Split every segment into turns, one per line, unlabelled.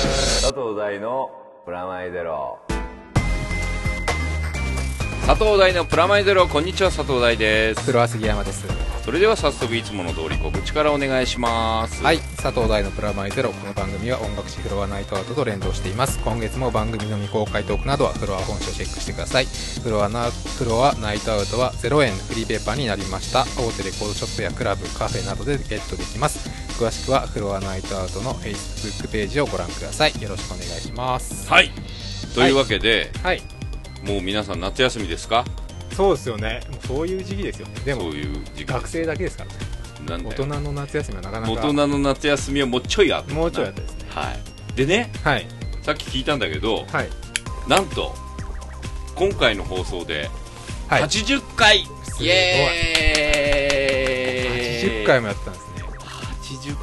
藤大のプラマイゼロ。
佐藤大のプラマイゼロこんにちは佐藤大です
プロは杉山です
それでは早速いつもの通り告知からお願いします
はい佐藤大のプラマイゼロこの番組は音楽誌フロアナイトアウトと連動しています今月も番組の未公開トークなどはフロア本社をチェックしてくださいフロアなフロアナイトアウトは0円フリーペーパーになりました大手レコードショップやクラブカフェなどでゲットできます詳しくはフロアナイトアウトの Facebook ページをご覧くださいよろしくお願いします
はいというわけで、
はい
もう皆さん夏休みですか
そうですよねもうそういう時期ですよねで
そう
も
いう時期
学生だけですからね
なん
大
だ
人
よ
の夏休みはなかなか
大人の夏休みはもうちょいあった
もうちょいあったですね
はいでね
はい
さっき聞いたんだけど
はい
なんと今回の放送で
はい
80回、
すごい
イエーイ
80回もやったんですね
80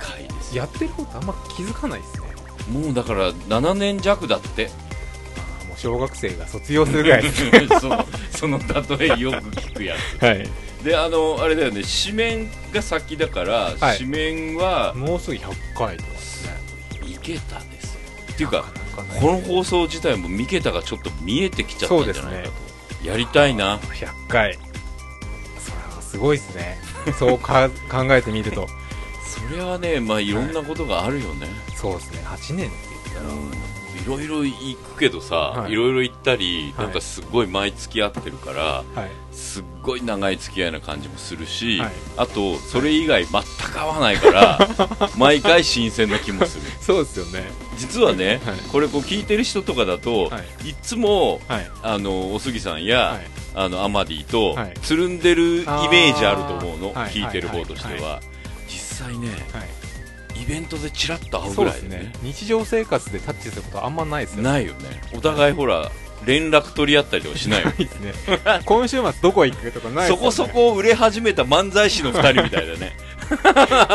回ですよ
やってることあんま気づかないですね
もうだから7年弱だって
あもう小学生が卒業するぐら いですね
そうその例えよく聞くや
はい
つであのあれだよね紙面が先だから、
はい
紙面は
もうすぐ100回とかですね
いけたですよっていうか
なかなか
こ
ね
の放送自体も三桁がちょっと見えてきちゃったんじゃないか
そう
と、やりたいな
100回それはすごいですねそうか考えてみると
それはねまあいろんなことがあるよね、
そうですね8年って言ったら
いろいろ行くけどさ、、
はいい
ろいろ行ったり、
はい
なんかすごい毎月会ってるから
はい
すっごい長い付き合いな感じもするし、
はい
あとそれ以外全く合わないから 毎回新鮮な気もする
そうですよね
実はね、
はい
これこう聞いてる人とかだと、、
はい
つも
はい
あのおすぎさんや、
はい
あのアマディと
はい
つるんでるイメージあると思うの、
あーはい
聞いてる方としては、
はいは
実際ね
はい
イベントでちらっと会う
そ
ぐ
うで
らい
す
でね
ね日常生活でタッチすることあんまないですよね
ないよねお互いほら連絡取り合ったりとかしないよ
ないですね今週末どこ行くとか ないです
そ
よね
こそこ売れ始めた漫才師の2人みたいだね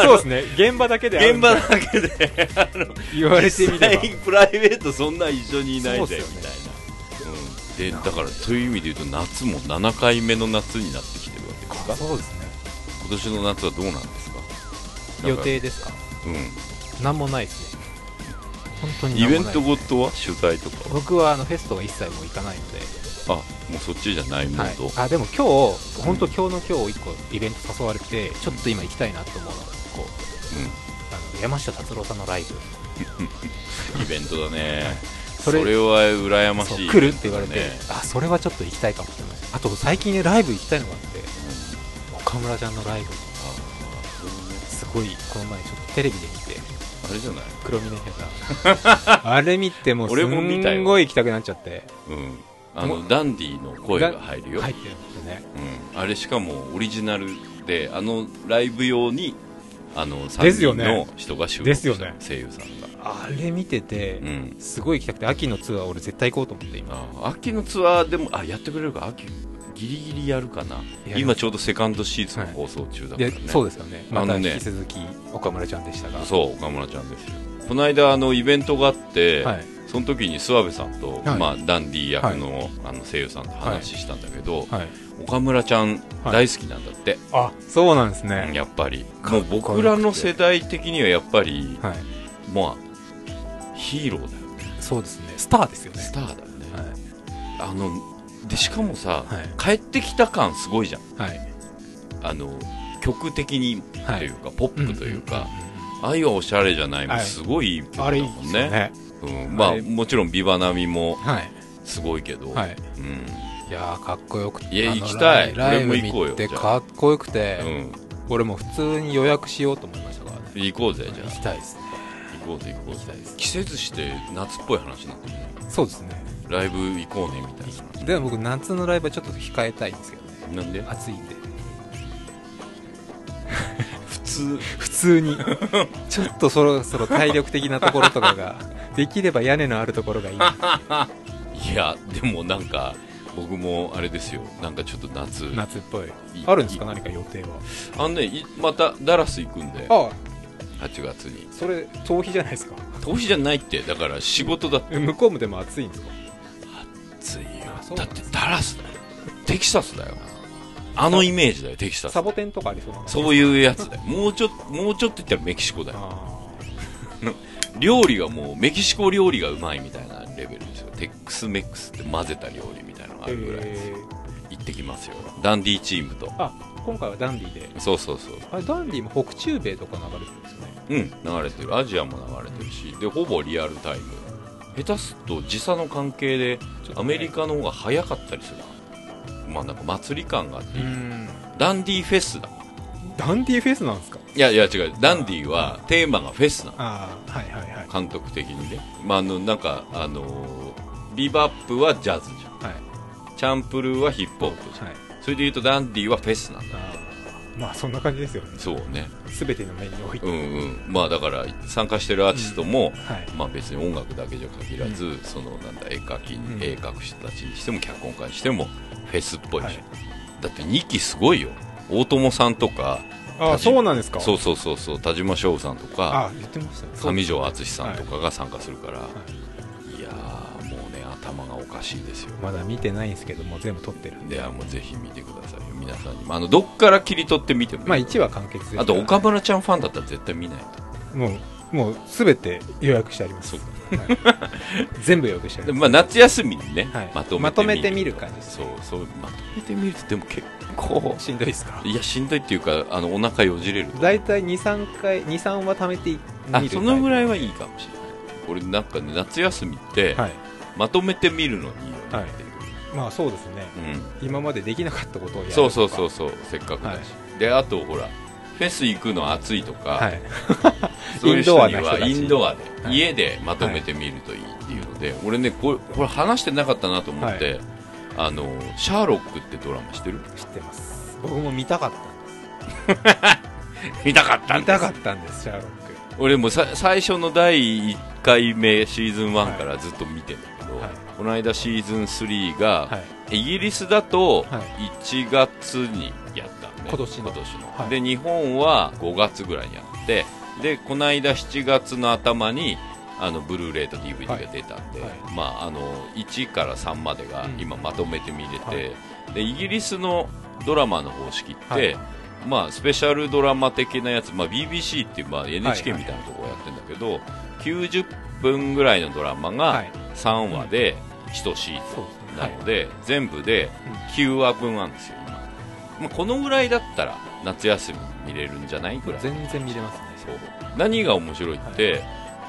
そうですね現場だけで会
現
う みたい
場
な
だけ であの
言われてみれば
実際プライベートそんな一緒にいない
そう
で
っ
み
すよね
たいな、うん、でだからという意味で言うと夏も7回目の夏になってきてるわけですか
そうですね
今年の夏はどうなんですか
予定ですか
なんか
なんもないですね本当
うん
に
イ
なんも
ベ
ない
ントごとは取材とかは
僕はあのフェスとか一切もう行かないので、
あもうそっちじゃないモ
はい
ード、、
あでも今日本当今日の今日一個イベント誘われてちょっと今行きたいなと思うのがこうあの山下達郎さんのライブ
うん、イベントだねそ
そ
れ
れ
は羨ま
そう
しい
来るって言われて、
ね
あそれはちょっと行きたいかもしれないあと最近ねライブ行きたいのがあって岡村ちゃんのライブすごいこの前ちょっとテレビで見て
あれじゃない、
黒峰ヘ ザあれ見てもうす
俺も見たよ
んごい行きたくなっちゃって
うん、あ
も
のダンディの声が入るよ、
入ってるんですよね
うん、あれしかもオリジナルであのライブ用にあの3
ですよ
人
ね
の人が収録
です
し
よ
た、
ね
声優さんが、
あれ見てて、
うん、
すごい行きたくて秋のツアー俺絶対行こうと思って今
あ秋のツアーでもあやってくれるか秋ギリギリやるかな
や
今ちょうどセカンドシーズン放送中だから
で
ね、
そうですよね
あ
ま
の
た
ね
引き続き岡村ちゃんでしたが
そう岡村ちゃんですよこの間あのイベントがあって、
はい
その時に諏訪部さんと、
はい
まあ、ダンディ役の,、あの声優さんと話したんだけど、
はい
岡村ちゃん
はい
大好きなんだって、
あそうなんです
うん
ね
やっぱり
か
もう
っこよくて
僕らの世代的にはやっぱり、
はい
まあヒーローだよね
そうですねスターですよね
スターだよね、
は
あのでしかもさ、
い
帰ってきた感すごいじゃん
はい
あの曲的にと
はい
いうか、ポップというか
んんん
「愛はおしゃれじゃない」も
はい
すごいいい曲
あ
だ
れいい
もん
です
ね,、
よね
うん、まあ
あれ
もちろん「ビバ並み」も
はい
すごいけど、
はい
うん
いやーかっこよくて
いや
あの
行きたい
ライブ
俺も行こうよ
見て
じゃあ
かっこよくて、
うん、
俺もう普通に予約しようと思いましたからね
行こうぜじゃ
行きたいですね
あ行こうぜ行こう
行き
ぜ
たいです
季節して夏っぽい話になってるね
そうですね
ライブ行こうねみたいな話
でも僕夏のライブはちょっと控えたいんですけどね
なんで
暑いんで
普通
普通にちょっとそろそろ体力的なところとか ができれば屋根のあるところがいい
いやでもなんか僕もあれですよなんかちょっと夏
夏っぽい
い
あるんですか
い
何か予定は
あのねいまたダラス行くんで
ああ
8月に
それ逃避じゃないですか
投資じゃないってだから仕事だって
え向こうもでも暑いんですか
つい
あ
よ
そう
だ
な
っ
んで
てダラスだよテキサスだよあのイメージだよテキサス
サボテンとかありそうな
そういうやつだよもうちょっともうちょっと言ったらメキシコだよ
あ
料理がもうメキシコ料理がうまいみたいなレベルですよテックスメックスって混ぜた料理みたいなのがあるぐらいですよ、
えー
行ってきますよダンディチームと
あ今回はダンディで
そうそうそう
あれダンディも北中米とか流れてるんですよね
うん流れてるアジアも流れてるしでほぼリアルタイム下手すっと時差の関係で
ちょっとね
アメリカの方が早かったりするまあなんか祭り感があっていい、
ん
ダンディフェスだ
ダンディフェスなんですか
いやいや違うダンディはテーマがフェスなの
ああはいはいはい
監督的にね、まあ、あのなんかあのービバップはジャズじゃん
はい
チャンプルーはヒップホップじゃん、
はい
それで言うとダンディはフェスなんだ
あーまあそんな感じですよね
そうね
全ての面において、
うんうんまあだから参加してるアーティストも、
はい
まあ、別に音楽だけじゃ限らず、そのなんだ絵描き、
うん
絵描く人たちにしても脚本家にしてもフェスっぽいし、
はい
だって2期すごいよ大友さんとか
ああそうなんですか
そうそうそうそう田島翔さんと
あ
か
あ言ってましたね
上条敦さんとかが参加するから、い、やーもうね頭がおかしいですよ
まだ見てないんですけども全部撮ってる
ではもうぜひ見てくださいよ皆さんにもあのどっから切り取って見てもいい
まあ1話完結ですから
あと岡村ちゃんファンだったら絶対見ない
もうもう全て予約してあります
そう
はい全部予約してあ
と、
り
ま
ま
あ、
す
夏休みにね、
はい
まとめて見る
まとめて見る感じです
そうそうまとめて見るとでも結構
しんどいですか
いやしんどいっていうかあのお腹よじれる
大体23回23話貯めて見る
あそのぐらい
は
はいいかもしれない俺なんかね夏休みって、
はい
まとめて見るのにいいよねっていう、
まあそうですね
うん
今までできなかったことをやるとか
そうそうそうそうせっかくだし、であとほらフェス行くの暑いとか、
はい
そういう
インド
人
ア
に
な人
は
たち
インドアで、
はい
家でまとめて見るといいっていうので、俺ねこれこれ話してなかったなと思って、あのシャーロックってドラマしてる
知ってます僕も見たかった
見たかったん
見
で
た
す
かったんですシャーロック
俺もさ最初の第1回目シーズン1からずっと見てんだけど、
はい
この間シーズン3が、
はい
イギリスだと
は
1月にやったんで
今年のはい
で日本は5月ぐらいにやってでこの間7月の頭にあのブルーレイと DVD が出たんで、
はい
まあ、あの1から3までが
うん
今まとめて見れて、
はい
でイギリスのドラマの方式って、
はい
まあ、スペシャルドラマ的なやつ、まあ、BBC っていう、まあ、NHK
はい
みたいなところやってんだけど、90分ぐらいのドラマが
はい
3話で1シーズン
そうですね
なので、全部で9話分あるんですよ、今まあ、このぐらいだったら夏休み見れるんじゃないぐらい
全然見れますね
そう何が面白いって、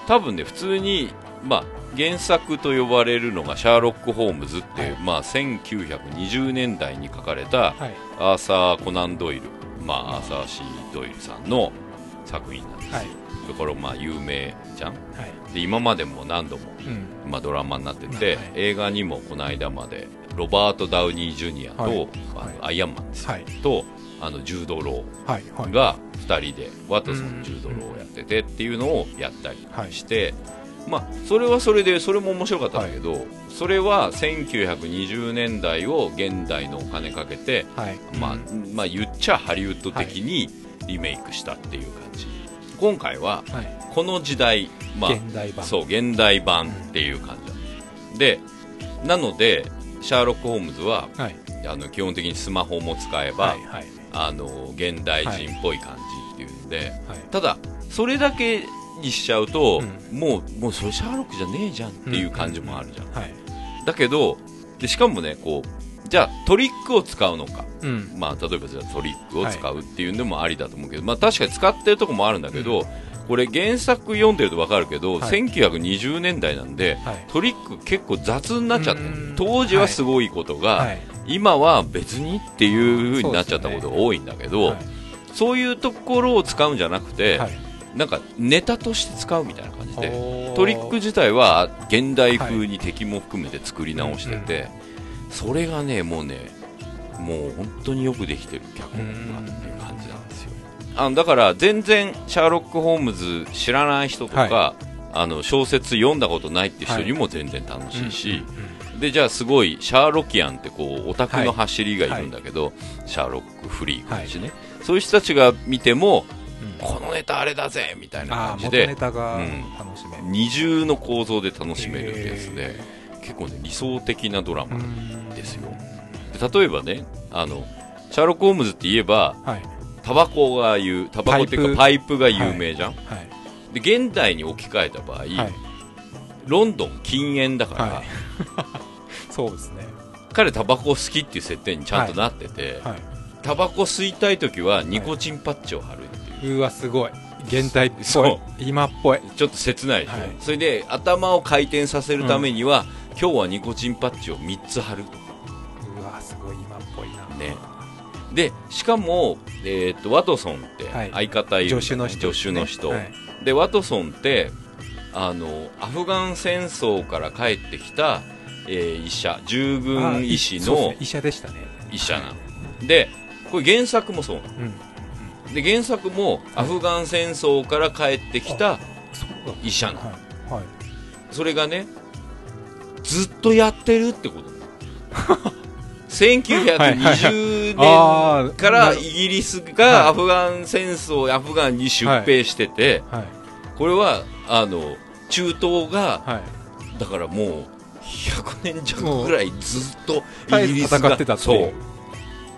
多分ね普通に、まあ、原作と呼ばれるのがシャーロック・ホームズっていう、
は
まあ、1920年代に書かれた
はい
アーサー・コナン・ドイル、まあ、アーサー・シー・ドイルさんの作品なんですよ、
はい
だからまあ有名じゃん
はい
で今までも何度も
うん
まあ、ドラマになってて、
はい
映画にもこの間までロバート・ダウニー・ジュニアと、
はい
あの
は
アイアンマンですよ、
はい
とあのジュード・ロ
はいは
ー
い
が2人でワトソン・ジュード・ローをやっててっていうのをやったりして、まあ、それはそれでそれも面白かったんだけど、それは1920年代を現代のお金かけて、
はい
まあまあ、言っちゃハリウッド的にリメイクしたっていう感じ、今回は
はい
この時代、まあ、
現代版
そう現代版っていう感じなんですでなのでシャーロック・ホームズは
はい
あの基本的にスマホも使えば、
はいはい
あの現代人っぽい感じっていうので、
はい
ただそれだけにしちゃうと、
う
もうもうそれシャーロックじゃねえじゃんっていう感じもあるじゃん、
はい
だけどでしかもねこうじゃあトリックを使うのか
うん
まあ、例えばじゃあトリックを使うっていうのもありだと思うけど、まあ、確かに使ってるとこもあるんだけど、これ原作読んでると分かるけど、
はい
1920年代なんで、
はい
トリック結構雑になっちゃってる
うん
当時はすごいことが、
はい
今は別にっていう風になっちゃったことが多いんだけどそう,、
はい
いうところを使うんじゃなくて、
はい
なんかネタとして使うみたいな感じで
おー
トリック自体は現代風に敵も含めて作り直してて、それがねもうねもう本当によくできてる脚本だっていう感じなんですよあのだから全然シャーロック・ホームズ知らない人とか、
は
あの小説読んだことないって人にも全然楽しいし、でじゃあすごいシャーロキアンってこうオタクの走りがいるんだけど、シャーロックフリークだしね、そういう人たちが見ても
うん
このネタあれだぜみたいな
ああ
感じ
元
で
ネタが
うん
楽しめる
二重の構造で楽しめるやつで、結構ね理想的なドラマでですよ例えばねあのシャーロック・ホームズって言えば
はい
タバコが言うタバコっていうかパ
パ
イプが有名じゃん、
はい
で現代に置き換えた場合、
はい、
ロンドン禁煙だから、
はいそうですね
彼タバコ好きっていう設定にちゃんとなってて、
はい
タバコ吸いたい時はニコチンパッチを貼るっていう、
うわすごい現代っぽ
そ
い今っぽい
ちょっと切ないでしょ、
はい
それで頭を回転させるためには、今日はニコチンパッチを3つ貼ると
うわすごい今っぽいな
かねでしかも、えー、とワトソンって
はい
相方いるじゃない、
助手の人ですね
助手の人
はい
でワトソンってあのアフガン戦争から帰ってきた、えー医者従
あ
軍医師
そうです
の
ね医者でしたね
医者なの、でこれ原作もそうなの
うん
で原作もアフガン戦争から帰ってきた
そうだ
医者なの
はいはい
それがねずっとやってるってことなの1920
あ
年
ー
から
な
イ
る
ギリス
はい
がアフガン戦争アフガンに出兵してて、
はい
これはあの中東が
はい
だからもう100年弱ぐらいずっとイギリスが、
戦ってたって
そう
い
っ
う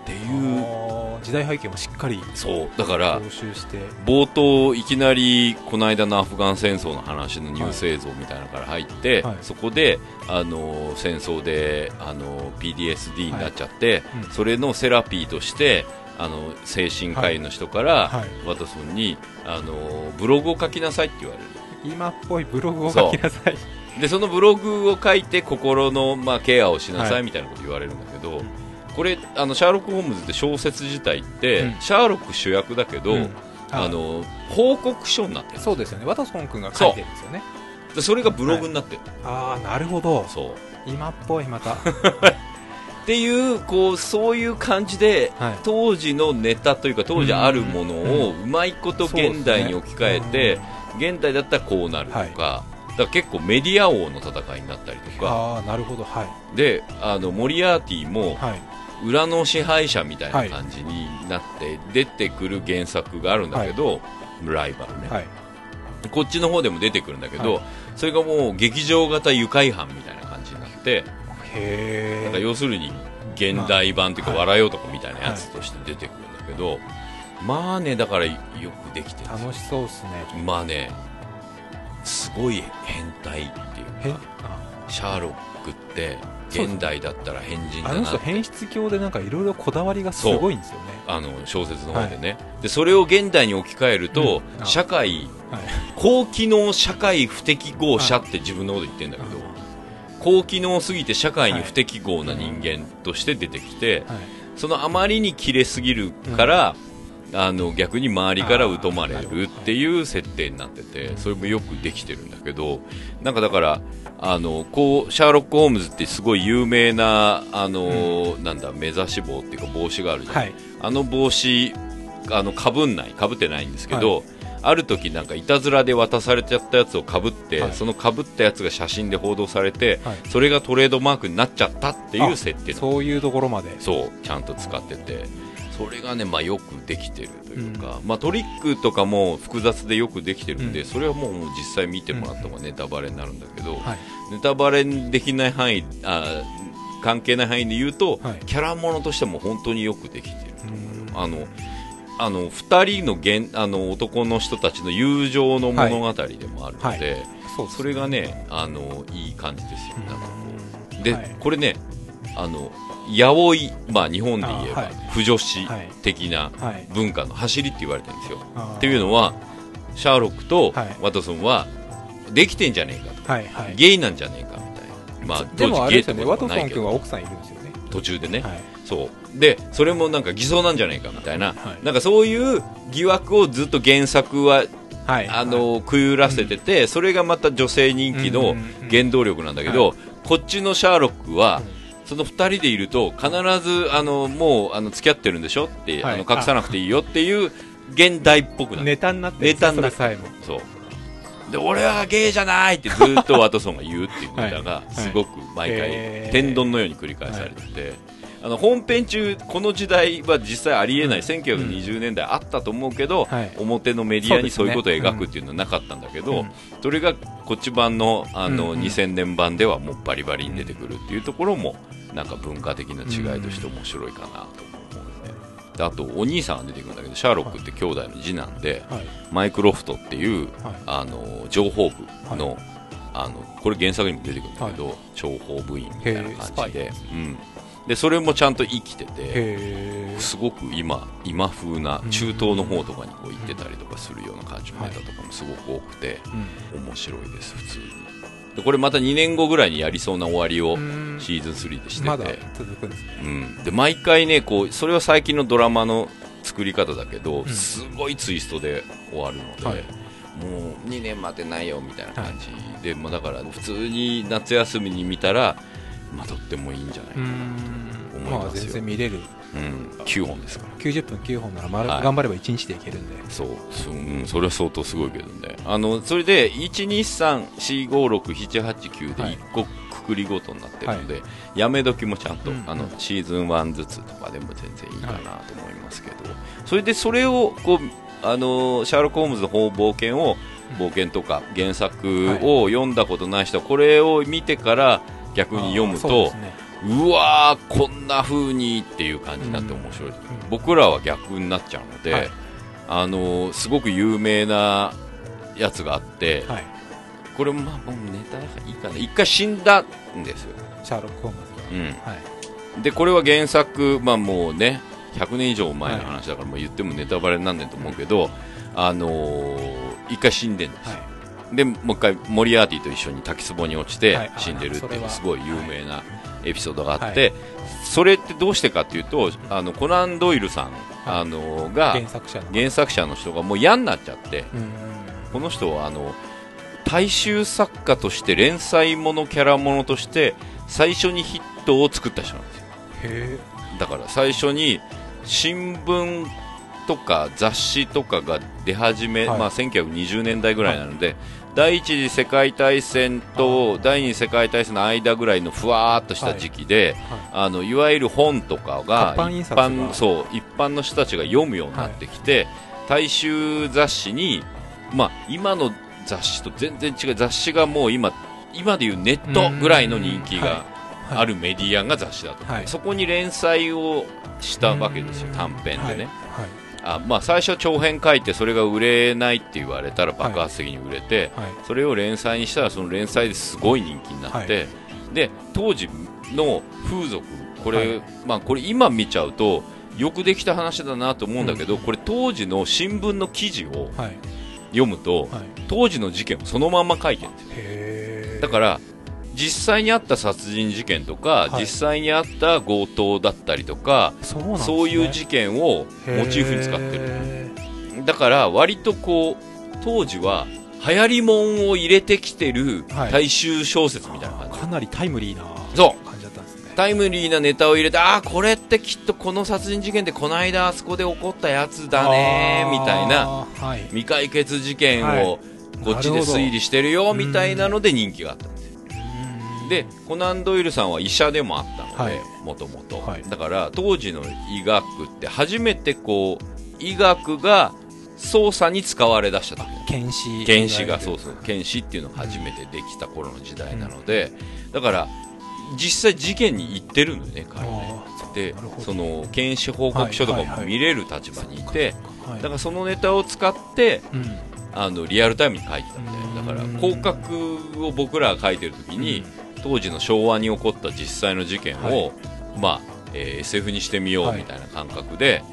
ていう
あー時代背景もしっかり
そうだから
踏襲して
冒頭いきなりこの間のアフガン戦争の話のニュース映像みたいなのから入って、
はい
そこであの戦争であの PDSD になっちゃって、
はいうん
それのセラピーとしてあの精神科医の人から、
はい
ワトソンにあのブログを書きなさいって言われる
今っぽいブログを書きなさい
でそのブログを書いて心の、まあ、ケアをしなさ
はい
みたいなこと言われるんだけど、これあのシャーロック・ホームズって小説自体って、
うん
シャーロック主役だけど、
うん
あの報告書になってる
そうですよねワトソン君が書いてるんですよね
でそれがブログになってる、
ああなるほど
そう
今っぽいまた
っていうこうそういう感じで
はい
当時のネタというか当時あるものをうまいこと現代に置き換えて、現代だったらこうなるとか,、
は
だ
い
から結構メディア王の戦いになったりとか
ああなるほどはい
であのモリアーティも
はい
裏の支配者みたいな感じになって出てくる原作があるんだけど、ライバルね、
はい
こっちの方でも出てくるんだけど、
は
それがもう劇場型愉快犯みたいな感じになって。
へ
なんか
え
要するに現代版というか
まあ
笑い男みたいなやつとして出てくるんだけど、まあねだからよくできてるんですよ
楽しそうですね
まあねすごい変態って
へ
いうか
あ
シャーロックって現代だったら変人
あ
だ
の
な
人変質教でなんかいろいろこだわりがすごいんですよね
あの小説の方でね、でそれを現代に置き換えると、
うんあ
社会
はい
高機能社会不適合者って自分のこと言ってんだけど、高機能すぎて社会に不適合な人間として出てきて、
はい
そのあまりに切れすぎるから、あの逆に周りから疎まれるっていう設定になっててそれもよくできてるんだけどなんかだからあのこうシャーロック・ホームズってすごい有名なあの、なんだ目指し帽っていうか帽子があるじゃん、
はい
あの帽子あのかぶんないかぶってないんですけど、ある時なんかいたずらで渡されちゃったやつをかぶって、
はい
そのかぶったやつが写真で報道されて、
はい
それがトレードマークになっちゃったっていう設定なんです
そういうところまで
そうちゃんと使っててそれがね、まあ、よくできてるというか、まあ、トリックとかも複雑でよくできてるんで、
うん
それはもう実際見てもらった方がネタバレになるんだけど、
はい
ネタバレできない範囲あ関係ない範囲で言うと、
はい
キャラものとしても本当によくできてる
うーん
あのあの2人の現あの男の人たちの友情の物語でもあるので、
はいそうです
それがねあのいい感じですよ、
うーん
なんかで、
はい
これね、あの、やおい、まあ日本で言えば、
あはい
不女子
はい
的な
はい
文化の走りって言われてるんですよ。
あー
っていうのは、シャーロックと
はい
ワトソンは、できてんじゃねえかと、
はいはい
ゲイなんじゃねえかみたいな。まあ
で
当
もあ
時ゲイっ
れですよ
て
ね
こ
ワ
と
ト
も
ソ
ない
ン
け
君
ど、
は奥さんいるんですよね
途中でね、
はい
そう。で、それもなんか偽装なんじゃねえかみたいな、
はい
なんかそういう疑惑をずっと原作は
はい
あのくゆらせてて、それがまた女性人気の原動力なんだけど、こっちのシャーロックは、その2人でいると必ずあのもうあの付き合ってるんでしょって、
はい
あの隠さなくていいよっていう現代っぽくなる、
ネタになってるんですよ
ネタになる
それさえも
そうで俺はゲイじゃないってずっとワトソンが言うっていうネタ
は
が
い
すごく毎回、
えー
天丼のように繰り返されてて、あの本編中この時代は実際ありえない、1920年代あったと思うけど、
はい
表のメディアにそ
そうう
い
ですね
うことを描くっていうのはなかったんだけど、
うん
それがこっち版のあの、
うんうん
2000年版ではもうバリバリに出てくるっていうところもなんか文化的な違いとして面白いかなと思うので、であとお兄さんが出てくるんだけどシャーロックって兄弟の次男で、
はい
マイクロフトっていう、
はい
あの情報部の,、あのこれ原作にも出てくるんだけど、情報部員みたいな感じ
へ
で,、うん、でそれもちゃんと生きてて
へ
すごく今今風な中東の方とかにこう行ってたりとかするような感じのネタとかもすごく多くて、面白いです普通にでこれまた2年後ぐらいにやりそうな終わりを
うん
シーズン3でしてて、
まだ続くんですね
うん、で毎回ねこうそれは最近のドラマの作り方だけど、すごいツイストで終わるので、
はい
もう2年待てないよみたいな感じで、まあ、だから普通に夏休みに見たら、まあ、とってもいいんじゃないかな、思いますよ
まあ全然見れる
うん、9本ですから
90分9本なら、まる
はい
頑張れば1日でいけるんで
そうそう、うん、それは相当すごいけどねあのそれで1234567889で
はい
1個くくりごとになってるので、やめ時もちゃんと、
うん
あのシーズン1ずつとかでも全然いいかなと思いますけど、それでそれをこうあのシャーロック・ホームズの方冒険を冒険とか原作を読んだことない人はこれを見てから逆に読む
あーそう
と
ですね
うわーこんな風にっていう感じになって面白い、
ん
僕らは逆になっちゃうので、
はい
あのーすごく有名なやつがあって、
はい
これもまあもうネタいいかな一回死んだんですよ、
シャーロック・ホームズが、
う
はい
ん、でこれは原作まあもうね100年以上前の話だから、もう言ってもネタバレになんねんと思うけどあのー一回死んでんですよ、
は
でもう一回モリアーティと一緒に滝壺に落ちて
はいあー
死んでるっ
そ
て
れ
いう
は
すごい有名なエピソードがあって、それってどうしてかっていうとあのコナン・ドイルさん、あのが
い、原作者の
原作者の人がもう嫌になっちゃって
うん
この人はあの大衆作家として連載ものキャラものとして最初にヒットを作った人なんですよ
へ
だから最初に新聞とか雑誌とかが出始め、
はい
まあ、1920年代ぐらいなので、第一次世界大戦と第二次世界大戦の間ぐらいのふわーっとした時期で、
はい
あのいわゆる本とかが
活版印
一
刷が
般そう一般の人たちが読むようになってきて、大衆雑誌に、まあ、今の雑誌と全然違う雑誌がもう今今でいうネットぐらいの人気
うん
が
はい
あるメディアが雑誌だと、
はい
そこに連載をしたわけですよ
うん
短編でね、
はい
あまあ、最初長編書いてそれが売れないって言われたら爆発的に売れて、
はいはい
それを連載にしたらその連載ですごい人気になって、
は
で当時の風俗これ,、
はい
まあ、これ今見ちゃうとよくできた話だなと思うんだけど、これ当時の新聞の記事を
はい
読むと、
はい
当時の事件をそのまんま書いてるんですよ
へえ
だから実際にあった殺人事件とか、
はい
実際にあった強盗だったりとか
そうなんですね
そういう事件をモチーフに使ってるだから割とこう当時は流行りもんを入れてきてる
はい
大衆小説みたいな
あ
感じ、
ーかなりタイムリーな
そう
感じだったんですね
タイムリーなネタを入れてああこれってきっとこの殺人事件でこの間あそこで起こったやつだねーみたいな
あーはい
未解決事件
は
をこっちで推理してるよみたいなので人気があったんですよでコナン・ドイルさんは医者でもあったの
は
で
い
もともと
はい
だから当時の医学って初めてこう医学が捜査に使われだした時
検視
原子がそうそう原子っていうのが初めてできた頃の時代なので、だから実際事件に行ってるのよね彼ね
あーそう
で
なるほど
その検視報告書とか
はいはい
も
はい
見れる立場にいて
はい
だからそのネタを使って
うん
あのリアルタイムに書いてたんだよだから
うん
広角を僕らが書いてる時に当時の昭和に起こった実際の事件を、まあえー SF にしてみようみたいな感覚で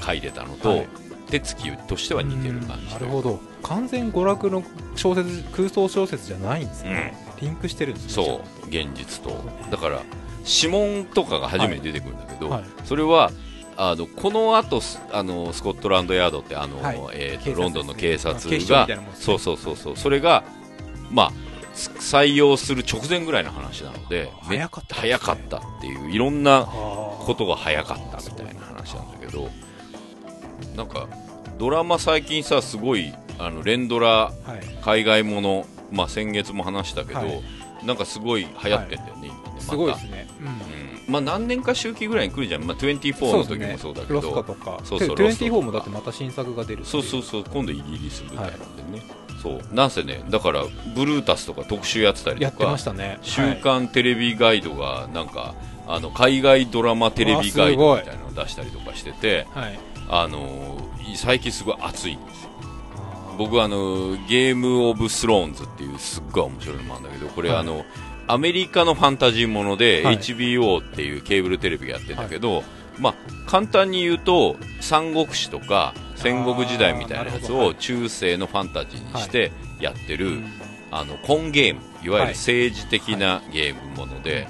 書いてたのと、
はい
手つきとしては似てる感じ
な
とい
る
うか
ほど完全娯楽の小説空想小説じゃないんですねリンクしてるんですね
そう現実とだから指紋とかが初めて出てくるんだけど、
はいはい
それはあのこの後スあのスコットランドヤードってあの、
はい
えー
警
と
察ですね
ロンドンの警察
警視庁
が
みたいなもんですね
そうそうそうそうそれが、まあ、つ採用する直前ぐらいの話なので
あ早かったですね
め早かったっていういろんな
あ
ことが早かったみたいな話なんだけどなんかドラマ最近さすごいあの連ドラ
ーはい
海外もの、まあ、先月も話したけど、
はい
なんかすごい流行ってんだよね、今ね
すご
ま
いで
た
すね
うんまあ、何年か周期ぐらいに来るじゃん、まあ、24の時もそうだけど
ロスカとか
そうそう
で
ロスカとか
24もだってまた新作が出る
そうそうそう今度イギリス舞台なんでね、そうなんせねだからブルータスとか特集やってたりとか
やってましたね
週
は
刊テレビガイドがなんかあの海外ドラマテレビガイ
う
ド
わ
み
すご
た
い
いなのを出したりとかしてて
はい
あの最近すごい熱いんですよ僕はあのゲーム・オブ・スローンズっていうすっごい面白いのもあるんだけどこれ、
はい
あのアメリカのファンタジーもので、
はい
HBO っていうケーブルテレビがやってるんだけど、まあ、簡単に言うと三国志とか戦国時代みたいなやつ
あーなるほどは
を
い
中世のファンタジーにしてやってる、あのコンゲームいわゆる政治的なゲームもので、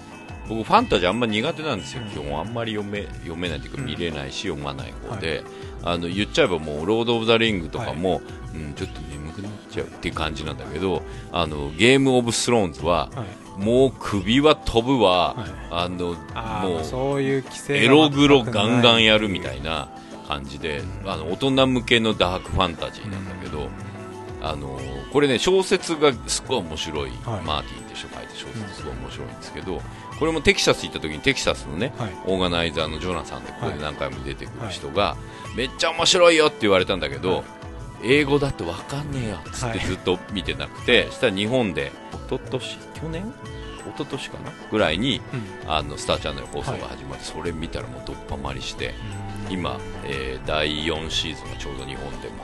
僕ファンタジーあんま苦手なんですよ、
うん
基本あんまり読め読めないというか
うん
見れないし読まない方で、あの言っちゃえばもう「ロード・オブ・ザ・リング」とかも、うん、ちょっと眠くなっちゃうっていう感じなんだけどあのゲーム・オブ・スローンズは、
はい
もう首は飛ぶわ、
はい
あの
あーま
も
あ
う
そういう規制
エログロガンガン
や
やるみたいな感じで、あの大人向けのダークファンタジーなんだけど、あのこれね小説がすごい面白い、
はい
マーティンって人書いて小説すごい面白いんですけど、これもテキサス行った時にテキサスのね、
はい
オーガナイザーのジョナサンでここ
は
で
い
何回も出てくる人が、めっちゃ面白いよって言われたんだけど、
はい
英語だってわかんねえよっつっ
はい
てずっと見てなくて、したら日本で一昨年去年一昨年かなぐらいにあのスターチャンネル放送が始まって、それ見たらもうどっぱまりして今、えー第4シーズンがちょうど日本でも、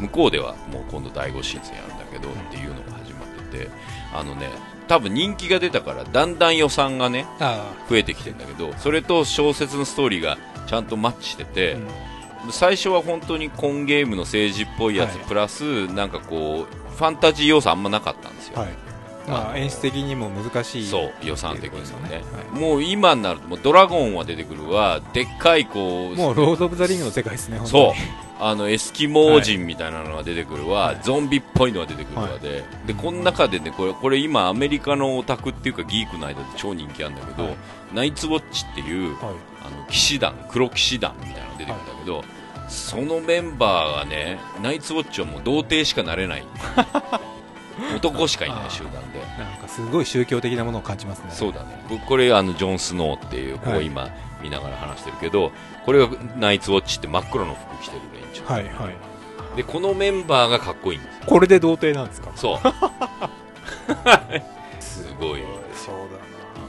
向こうではもう今度第5シーズンやるんだけどっていうのが始まっててあのね多分人気が出たからだんだん予算がね
あ
増えてきてんだけどそれと小説のストーリーがちゃんとマッチして
あ
て
う、ん
最初は本当にコンゲームの政治っぽいやつ、
はい
プラスなんかこうファンタジー要素あんまなかったんですよ、
はいまあ演出的にも難しい
そう予算的にもね
っていうことですよねは
もう今になるともうドラゴンは出てくるわでっかいこう
もうロード・オブ・ザ・リングの世界ですね
そう
本
あのエスキモー人みたいなのが出てくるわ、
はい
ゾンビっぽいのが出てくるわで,、でこの中でねこれこれ今アメリカのオタクっていうかギークの間で超人気なんだけど、
はい
ナイツウォッチっていう
当にはい
あの騎士団黒騎士団みたいなのが出てくるんだけど、そのメンバーがねナイツウォッチはもう童貞しかなれない男しかいない集団で
なんかすごい宗教的なものを感じますね
そうだね僕これあのジョン・スノーっていうこ
は
う
い
今見ながら話してるけど、これがナイツウォッチって真っ黒の服着てる連中、
はいはい
でこのメンバーがかっこいいんです
これで童貞なんですか
そう すごい
そう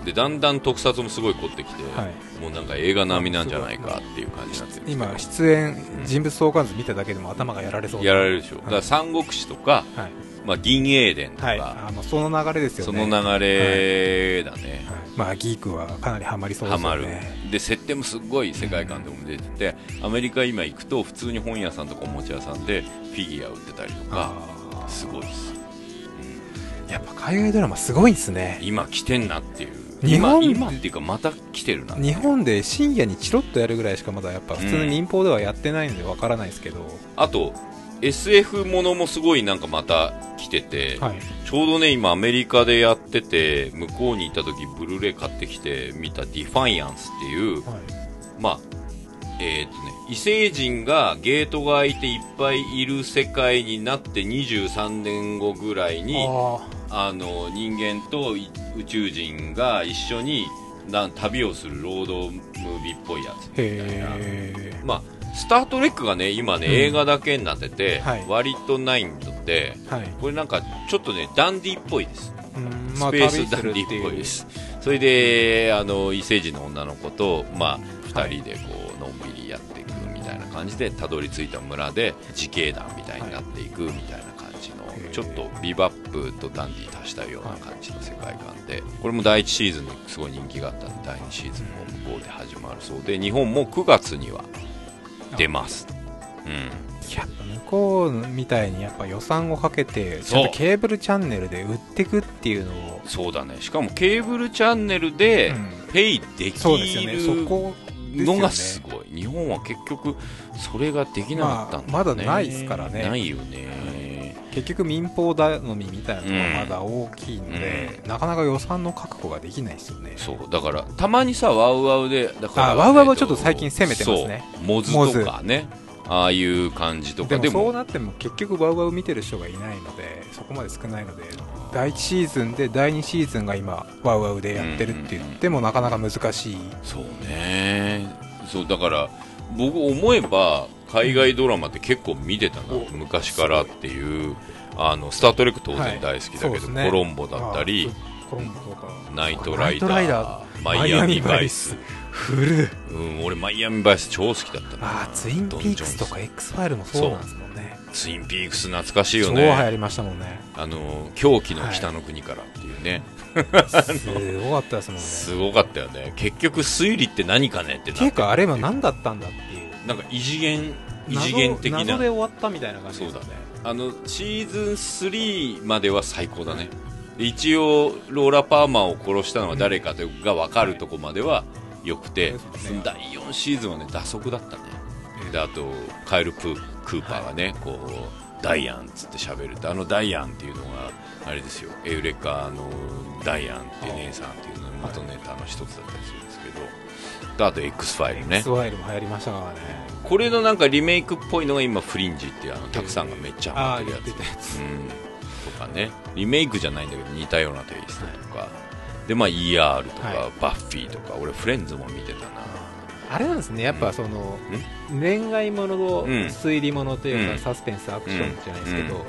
でだんだん特撮もすごい凝ってきて、
はい
もうなんか映画並みなんじゃないかっていう感じになってるんですけど
今出演人物相関図見ただけでも頭がやられそう
やら
れ
れるでしょ、だから三国志とか、
はい、
まあ、銀英伝とか、
はい、あのその流れですよ
そ
ね
の流れだね、
はいまあギークはかなりハマりそうで
ハ
すよ
マる
ね
で設定もすっごい世界観でも出てて、アメリカ今行くと普通に本屋さんとかおもちゃ屋さんでフィギュア売ってたりとか
あ
すごいっす
ーやっぱ海外ドラマすごいんですね
今来てんなっていう
日
今
本
今っていうかまた来てるな
日本で深夜にチロッとやるぐらいしかまだやっぱ普通の民放ではやってないのでわからないですけど、
あと SF ものもすごいなんかまた来てて、
はい
ちょうどね今アメリカでやってて向こうに行った時ブルーレイ買ってきて見た「ディファイアンス」っていう
はい
まあえーとね、異星人がゲートが開いていっぱいいる世界になって23年後ぐらいに
あ
あの人間とい宇宙人が一緒にな旅をするロードムービーっぽいやつ
ー
みたいな
へえ
まあ、スター・トレックがね今ね、
うん
映画だけになってて、
はい
割とないんで
はい
これなんかちょっとねダンディっぽいです
うん
ス
まあ
ペー
旅
スダ
する
ン
て
デ
う
ィっぽいです、それであの異星人の女の子と、まあ、2人でこうのんびりやっていくみたいな感じでたどり着いた村で自警団みたいになっていくみたいな感じの、
い
ちょっとビバップとダンディ足したような感じの世界観でこれも第1シーズンですごい人気があったんで第2シーズンも向こうで始まるそうで日本も9月には出ます。うん、
やっぱ向こうみたいにやっぱ予算をかけてち
そう
ゃんとケーブルチャンネルで売ってくっていうのを、
そうだねしかもケーブルチャンネルで
うん
ペイできる、
そうですよねそこですよ
の
ね
がすごい日本は結局それができなかったんだ、ね
まあまだないっすからね
ないよね
結局民放頼みみたいなのがまだ大きいので、なかなか予算の確保ができないですよね
そうだからたまにさワウワウでだから
あワウワウは
えっと
ちょっと最近攻めてますね
そうモズとかねああいう感じと
で
か
も
でも
そうなっても結局ワウワウ見てる人がいないのでそこまで少ないので第1シーズンで第2シーズンが今ワウワウでやってるって言ってもなかなか難しい、
そうねそうだから僕思えば海外ドラマって結構見てたな
お
昔からっていう「あのスター・トレック」当
はい
然大好きだけど、
そうですね
コロンボだったり
あーコンボか
ナイトライダー
ナイトライダー
マイアミバイス
マイフル
うん、俺マイアミバイス超好きだったな
ああツインピークスとか X ファイルもそうなんですもんね
ツインピークス懐かしい
超
よ
流行
ね
りましたもんね
あの狂気の北の国からっていうね、
すごかったですもんね
すごかったよね結局推理って何かねってな
っていうかあれは何だったんだっていう
なんか異次元異
謎
次元的な
謎で終わったみたいな感じ
そ
で
うだ
すよ
ねあのシーズン3までは最高だねで一応ローラ・パーマーを殺したのは誰かというかが分かるとこまではよくて、
ですね
第4シーズンはね打足だったねであとカエルプー・クーパーがね、こうダイアンっつって喋るってあのダイアンっていうのがあれですよエウレカのダイアンって姉さんっていうのの元ネタの一つだったりするんですけどであと X ファイルね
X ファイルも流行りましたからね
これのなんかリメイクっぽいのが今フリンジっていうあのたくさんがめっちゃハマ
あ
っ
あ
てるやつ
言ってたやつ
うん、とかねリメイクじゃないんだけど似たようなテイストとか、でまあ ER とか、
は
バッフィーとか俺フレンズも見てたな
あれなんですねやっぱその恋愛ものと
うん
推理ものという
うん
かサスペンスアクションじゃないですけ
うん
ど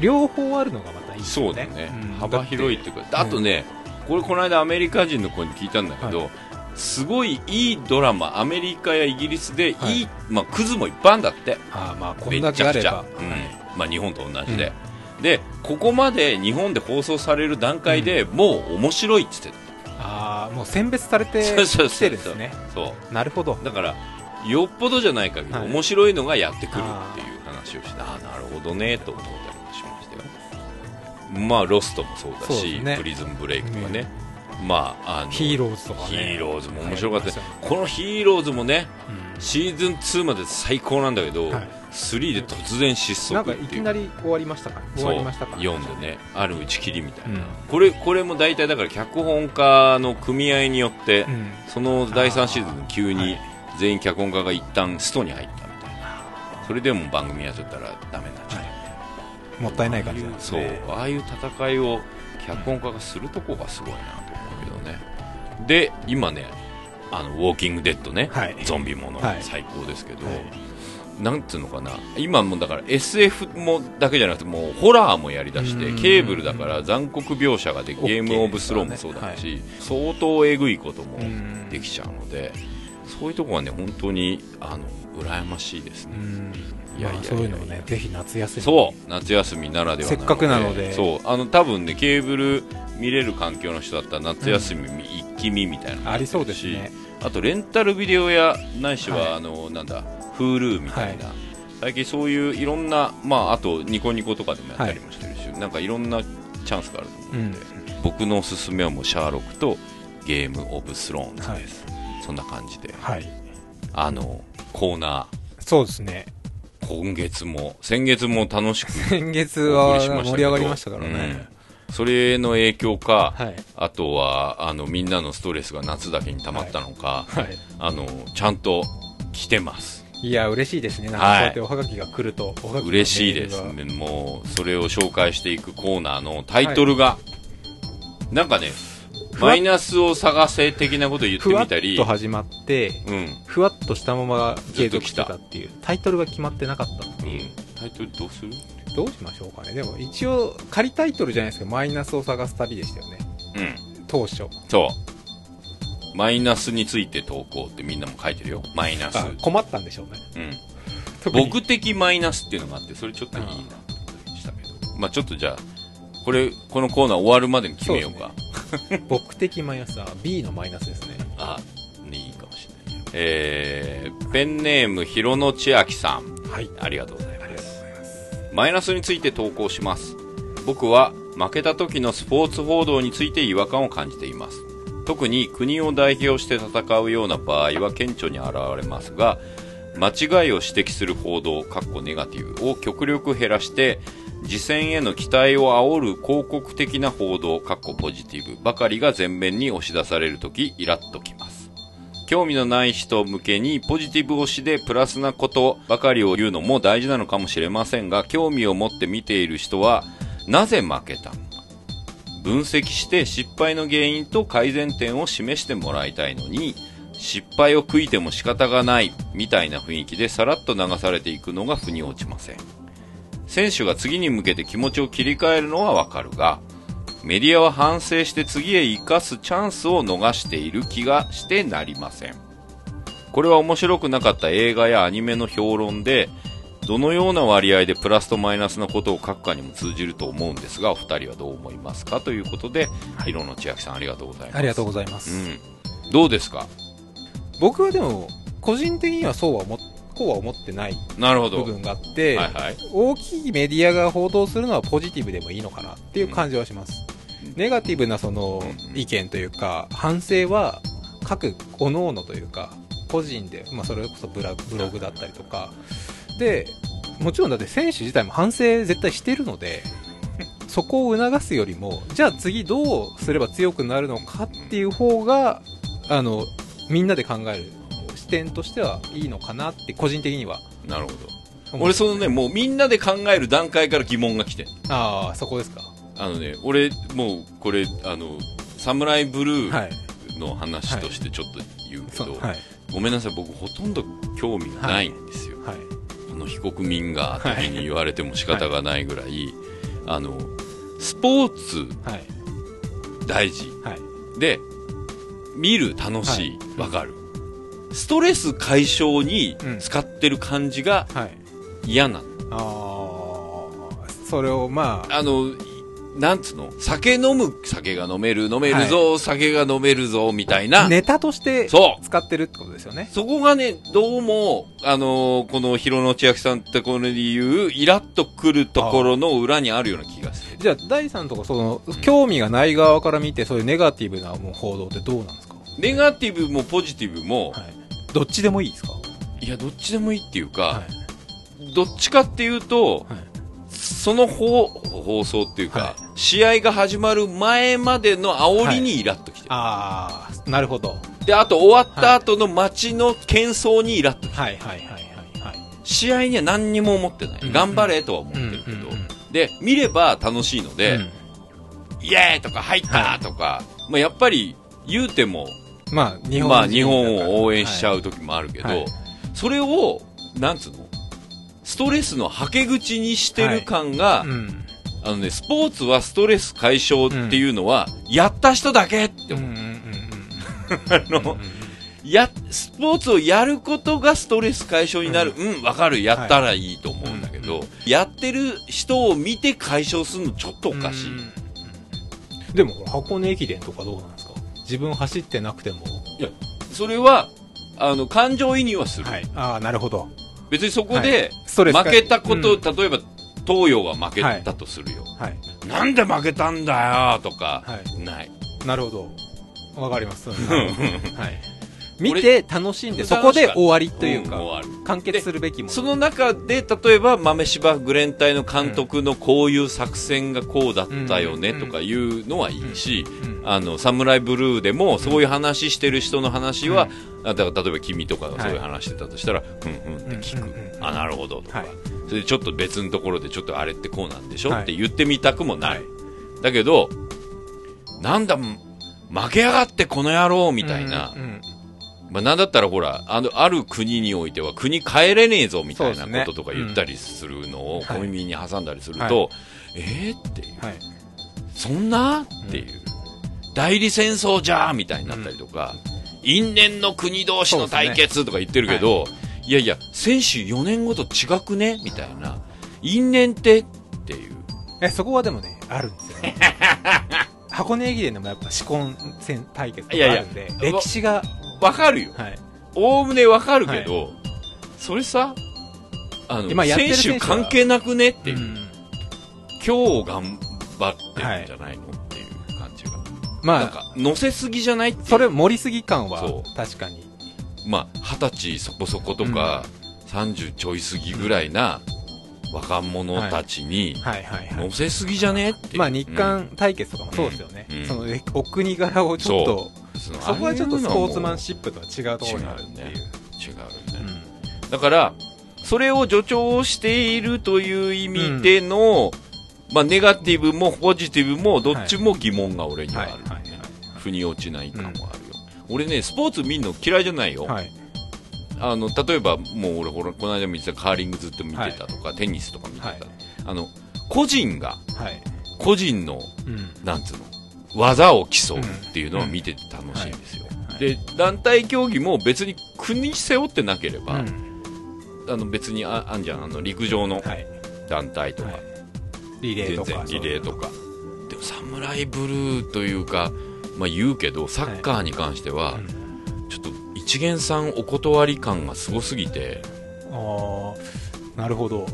両方あるのがまたいいですね
そうだね、
ん
幅広いっていうかあとね、これこの間アメリカ人の子に聞いたんだけど、すごいいいドラマアメリカやイギリスでいい、
はい
まあ、クズもいっぱいあんだって
ああまあこ
め
ん
っ
だ
ち
け
ゃ
あ
く
れ
ちゃ
ば、
うんまあ、日本と同じで、でここまで日本で放送される段階でもう面白いっつって
ああもう選別されて
そうそうそう
きてるんですね
たそう
なるほど
だからよっぽどじゃない限り
はい
面白いのがやってくるっていう話をして、ああなるほどねと思ったりもしましたよまあロストもそうだ
そうで
し
すね
プリズンブレイクとかね、まああの
ヒーローズとかね
ヒーローズも面白かった、
流行りましたね
このヒーローズもね
うん
シーズン2まで最高なんだけど、
はい
3で突然失速
なん
って
か
いう
いきなり終わりましたか終わりましたか
そう読んでねある打ち切りみたいな、
うん
これこれも大体だから脚本家の組合によって、
うん
その第3シーズン急
は
に
い
全員脚本家が一旦ストに入ったみたいなそれでも番組やっちゃったらダメになっちゃった
もったいない感じなんです
そう
ね
ああいう戦いを脚本家がするとこがすごいなと思うけどねで今ねあのウォーキングデッドね、
はい
ゾンビもの
はい
最高ですけど、
はい
なんつうのかな今もうだから SF もだけじゃなくてもうホラーもやりだして
うん
ケーブルだから残酷描写ができ
オッケ
ゲー
ー
ムオブスローもそうだし、相当えぐいことも
うん
できちゃうのでそういうとこはね本当にあの羨ましいですね、
うん
いやいやいやいや
まあそういうのもねぜひ夏休み
そう夏休みならでは
せっかくなので
そうあの多分ねケーブル見れる環境の人だったら夏休み一気見みたいなの
ありそうですね
あとレンタルビデオやないしは、
はい
あのなんだ Hulu みたいな、最近そういういろんな、まあ、あとニコニコとかでもやったりもしてるし、なんかいろんなチャンスがあると思うんで、僕のおすすめはもうシャーロックとゲームオブスローンズです、そんな感じで
はい
あのコーナ
そうですね
ー今月も先月も楽しく
先月
お送
は
しましたけど
盛り上がりましたからね、
うんそれの影響か、
はい
あとはあのみんなのストレスが夏だけに溜まったのか、
はい
あのちゃんと来てます
いや嬉しいですねなん
は
か
い
そうやっておはがきが来るとおはがきのメールが
嬉しいですねもうそれを紹介していくコーナーのタイトルが、なんかね
わ
マイナスを探せ的なこと言って
ふ
み
わっと
たり
始まって
うん、うん
ふわっとしたまま継続してたっていうタイトルが決まってなかったっていう、
タイトルどうする
どうしましょうかねでも一応仮タイトルじゃないですけどマイナスを探す旅でしたよね
うん
当初
そうマイナスについて投稿ってみんなも書いてるよマイナス、
あ困ったんでしょうね
うん、
特に
僕的マイナスっていうのがあってそれちょっといいなと思ったりしたけどまあちょっとじゃあこれこのコーナー終わるまでに決めようか
僕的マイナスは B のマイナスですね
あねいいかもしれないえー、ペンネームひろのちあきさん
はい
ありがとうござい
あ
ま
りがとうございます
すマイナスについて投稿します僕は負けた時のスポーツ報道について違和感を感じています特に国を代表して戦うような場合は顕著に現れますが間違いを指摘する報道かっこネガティブを極力減らして次戦への期待を煽る広告的な報道かっこポジティブばかりが前面に押し出されるときイラッときます興味のない人向けにポジティブ推しでプラスなことばかりを言うのも大事なのかもしれませんが興味を持って見ている人はなぜ負けたのか分析して失敗の原因と改善点を示してもらいたいのに失敗を悔いても仕方がないみたいな雰囲気でさらっと流されていくのが腑に落ちません選手が次に向けて気持ちを切り替えるのはわかるがメディアは反省して次へ生かすチャンスを逃している気がしてなりません。これは面白くなかった映画やアニメの評論で、どのような割合でプラスとマイナスのことを書くかにも通じると思うんですが、お二人はどう思いますかということで、色の千秋さんありがとうございます。
ありがとう
う
ございます、
ん。どうですか
僕はでも個人的にはそうは思っこうは思ってない
なるほど。
部
は
分があって、
いはい。
大きいメディアが報道するのはポジティブでもいいのかなっていう感じはします、
うん
ネガティブなその
うん
意見というか反省は各各々というか個人で、まあ、それこそブラブログだったりとかでもちろんだって選手自体も反省絶対してるのでそこを促すよりもじゃあ次どうすれば強くなるのかっていう方があのみんなで考える視点としてはいいのかなって個人的には
なるほど。
思う
俺そのね、もうみんなで考える段階から疑問が来てん
ああそこですか
あのね、俺、もうこれ、あの、サムライブル
は
ー
い
の話としてちょっと言うけ
そ
ど、
うはい
ごめんなさい、僕ほとんど興味がないんですよ。
はい
この被告人が的に言われても仕方がないぐらい、あの、スポーツ
はい
大事。
はい
で、見る、楽しい、わ、かる。ストレス解消に使ってる感じが
はい
嫌なの
ああそれをまあ
あの、いなんつうの酒飲む、酒が飲める、飲めるぞ、酒が飲めるぞ、みたいな。
ネタとして
そう。
使ってるってことですよね
そこがね、どうも、あのーこの広野千秋さんってこの理由、イラッとくるところの裏にあるような気がする。
じゃあ第三とかその、興味がない側から見てそういうネガティブなもう報道ってどうなんですか
ネガティブもポジティブも、
はいどっちでもいいですか
い、や、どっちでもいいっていうか、
い
どっちかっていうと、
はい
その放放送っていうか、
は
試合が始まる前までの煽りにイラッときてる、
ああなるほど
で、あと終わった後の街の喧騒にイラッときてる
はいはいはいはいはい
試合には何にも思ってない、
うん
頑張れとは思ってるけど、
うんうん
で見れば楽しいので、
うん
イエーイとか入ったとか、まあ、やっぱり言うても、
まあ日本人
まあ、日本を応援しちゃ
う、
う時もあるけど、
はい
それをなんつうのストレスのはけ口にしてる感が、
はいうん
あのね、スポーツはストレス解消っていうのは、やった人だけって
うんうん
思う、
うん
あの
うん
やスポーツをやることがストレス解消になる、うん、わ、かる、やったらいいと思うんだけど、やってる人を見て解消するのちょっとおかしい。
うんでもほら箱根駅伝とかどうなんですか自分走ってなくても
それは、あの、感情移入はする。
はいああなるほど
別にそこで、
ストレス
負けたこと、
うん
例えば、東洋が負けたとするよ。
はい
なんで負けたんだよとか、
は
ない。
いなるほどわかり ます、はい、見
俺
て楽しんで
楽しか
そ
った
こで終わりというか、
ん終わる
完結するべきもの
その中で、例えば、豆柴グレン隊の監督のこういう作戦がこうだったよね
うん
とかいうのはいいし、
うん
あの、サムライブルーでも、そういう話してる人の話は、あだから例えば君とかがそういう話してたとしたら、うんうんって聞く。
うんうんうん
あ、なるほどとか、
はい
それでちょっと別のところで、ちょっとあれってこうなんでしょ、
はい
って言ってみたくもない。
はい
だけど、なんだ、負けやがってこの野郎みたいな。
うんうん
まあ、なんだったらほら、あの、ある国においては国帰れねえぞみたい
そ
な
うですね
こととか言ったりするのを
ん
小耳に挟んだりする
はい
と、えーっていう。
はい
そんなっていう、代理戦争じゃーみたいになったりとか、因縁の国同士の対決とか言ってるけど、い、やいや、選手4年ごと違くねみたいな、因縁ってっていう、
えそこはでもねあるん ですよ箱根駅伝でもやっぱ試婚戦対決とかあるんで
いやいや
歴史が
わかるよ、
はい
おおむねわかるけど、それさ、あの
今やって
選
る選手
手
は
関係なくねっていう、
うん
今日頑張ってるんじゃないの、っていう感じが、なん
まあ
か、乗せすぎじゃないっていう
それ盛りすぎ感は
そ
確かに
まあ、二十歳そこそことか、30ちょい過ぎぐらいな若者たちに、
はいはいはい
乗せすぎじゃねっていう。
まあ日韓対決とかもそうですよね、
うんうん
そのえお国柄をちょっと
うん、その
そこはちょっとスポーツマン
あ
シップとは違うところにあるってい
違うねれは
う
もう違うよね。
う
だから、それを助長しているという意味での、まあ、ネガティブもポジティブも、どっちも疑問が俺に
ん
はあ
は
る
い、
ね
はい
腑に落ちない感はあるよ。俺ね、スポーツ見るの嫌いじゃないよ。
はいはい
あの例えば、もう俺ほら、この間見てたカーリングずっと見てたとか、テニスとか見てた、
はい
あの個人が
はい
個人の、
うん
なんつうの、技を競うっていうのは見てて楽しいんですよ。
はい
で、団体競技も別に国背負ってなければ、
うん
あの別にああんじゃん、あの陸上の
はい
団体とか、
はいリレー
全
とか
然リレーとか。でも、サムライブルーというか、まあ言うけど、サッカーに関しては、
うん
ちょっと一元さんお断り感がすごすぎて、
ああなるほど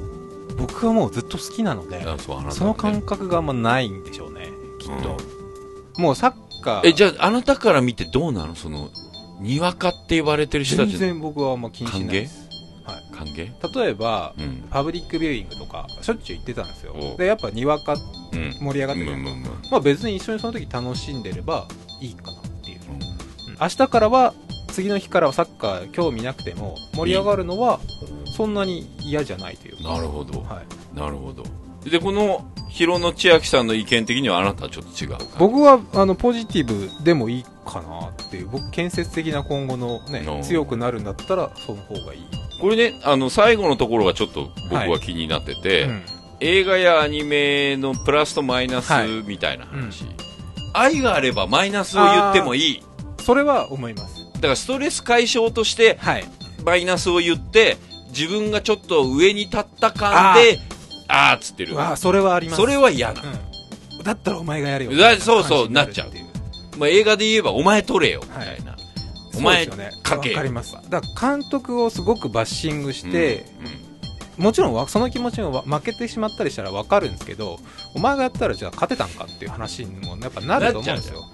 僕はもうずっと好きなので
あそうあなたはね
その感覚があんまないんでしょうねきっと、もうサッカー
え、じゃあ、あなたから見てどうなのその、にわかって言われてる人た
全
ちの
然僕はあんま気にしないです、は
歓迎
い、例えば、
うん。
パブリックビューイングとかしょっちゅう行ってたんですよ
お
でやっぱにわか
うん。
盛り上がってる、
うんうん
まあ別に一緒にその時楽しんでればいいかなっていう、
うん
明日からは次の日からはサッカー興味なくても盛り上がるのはそんなに嫌じゃないというか
なるほど。
はい、
なるほど。で、この、ヒロの千秋さんの意見的にはあなたはちょっと違うか。
僕はあのポジティブでもいいかなっていう僕建設的な今後の
お
ね
う
強くなるんだったらその方がいい、
これね、あの、最後のところがちょっと僕は気になってて、
うん
映画やアニメのプラスとマイナス
はい
みたいな話。愛があればマイナスを言ってもいい。
それは思います
だからストレス解消として
はい
マイナスを言って、自分がちょっと上に立った感で、あーっつってる。
わあそれはあります
それは嫌な。
うん、だったらお前がやれよ
だそうそう
感じにるっていう
まあ、映画で言えば、お前取れよ、みたいな。お前
そうですよね
書け
わかりますだから監督をすごくバッシングして、
うん、うん
もちろんわその気持ちもわ負けてしまったりしたら分かるんですけどお前がやったらじゃあ勝てたんかっていう話にもやっぱなると思うんですよ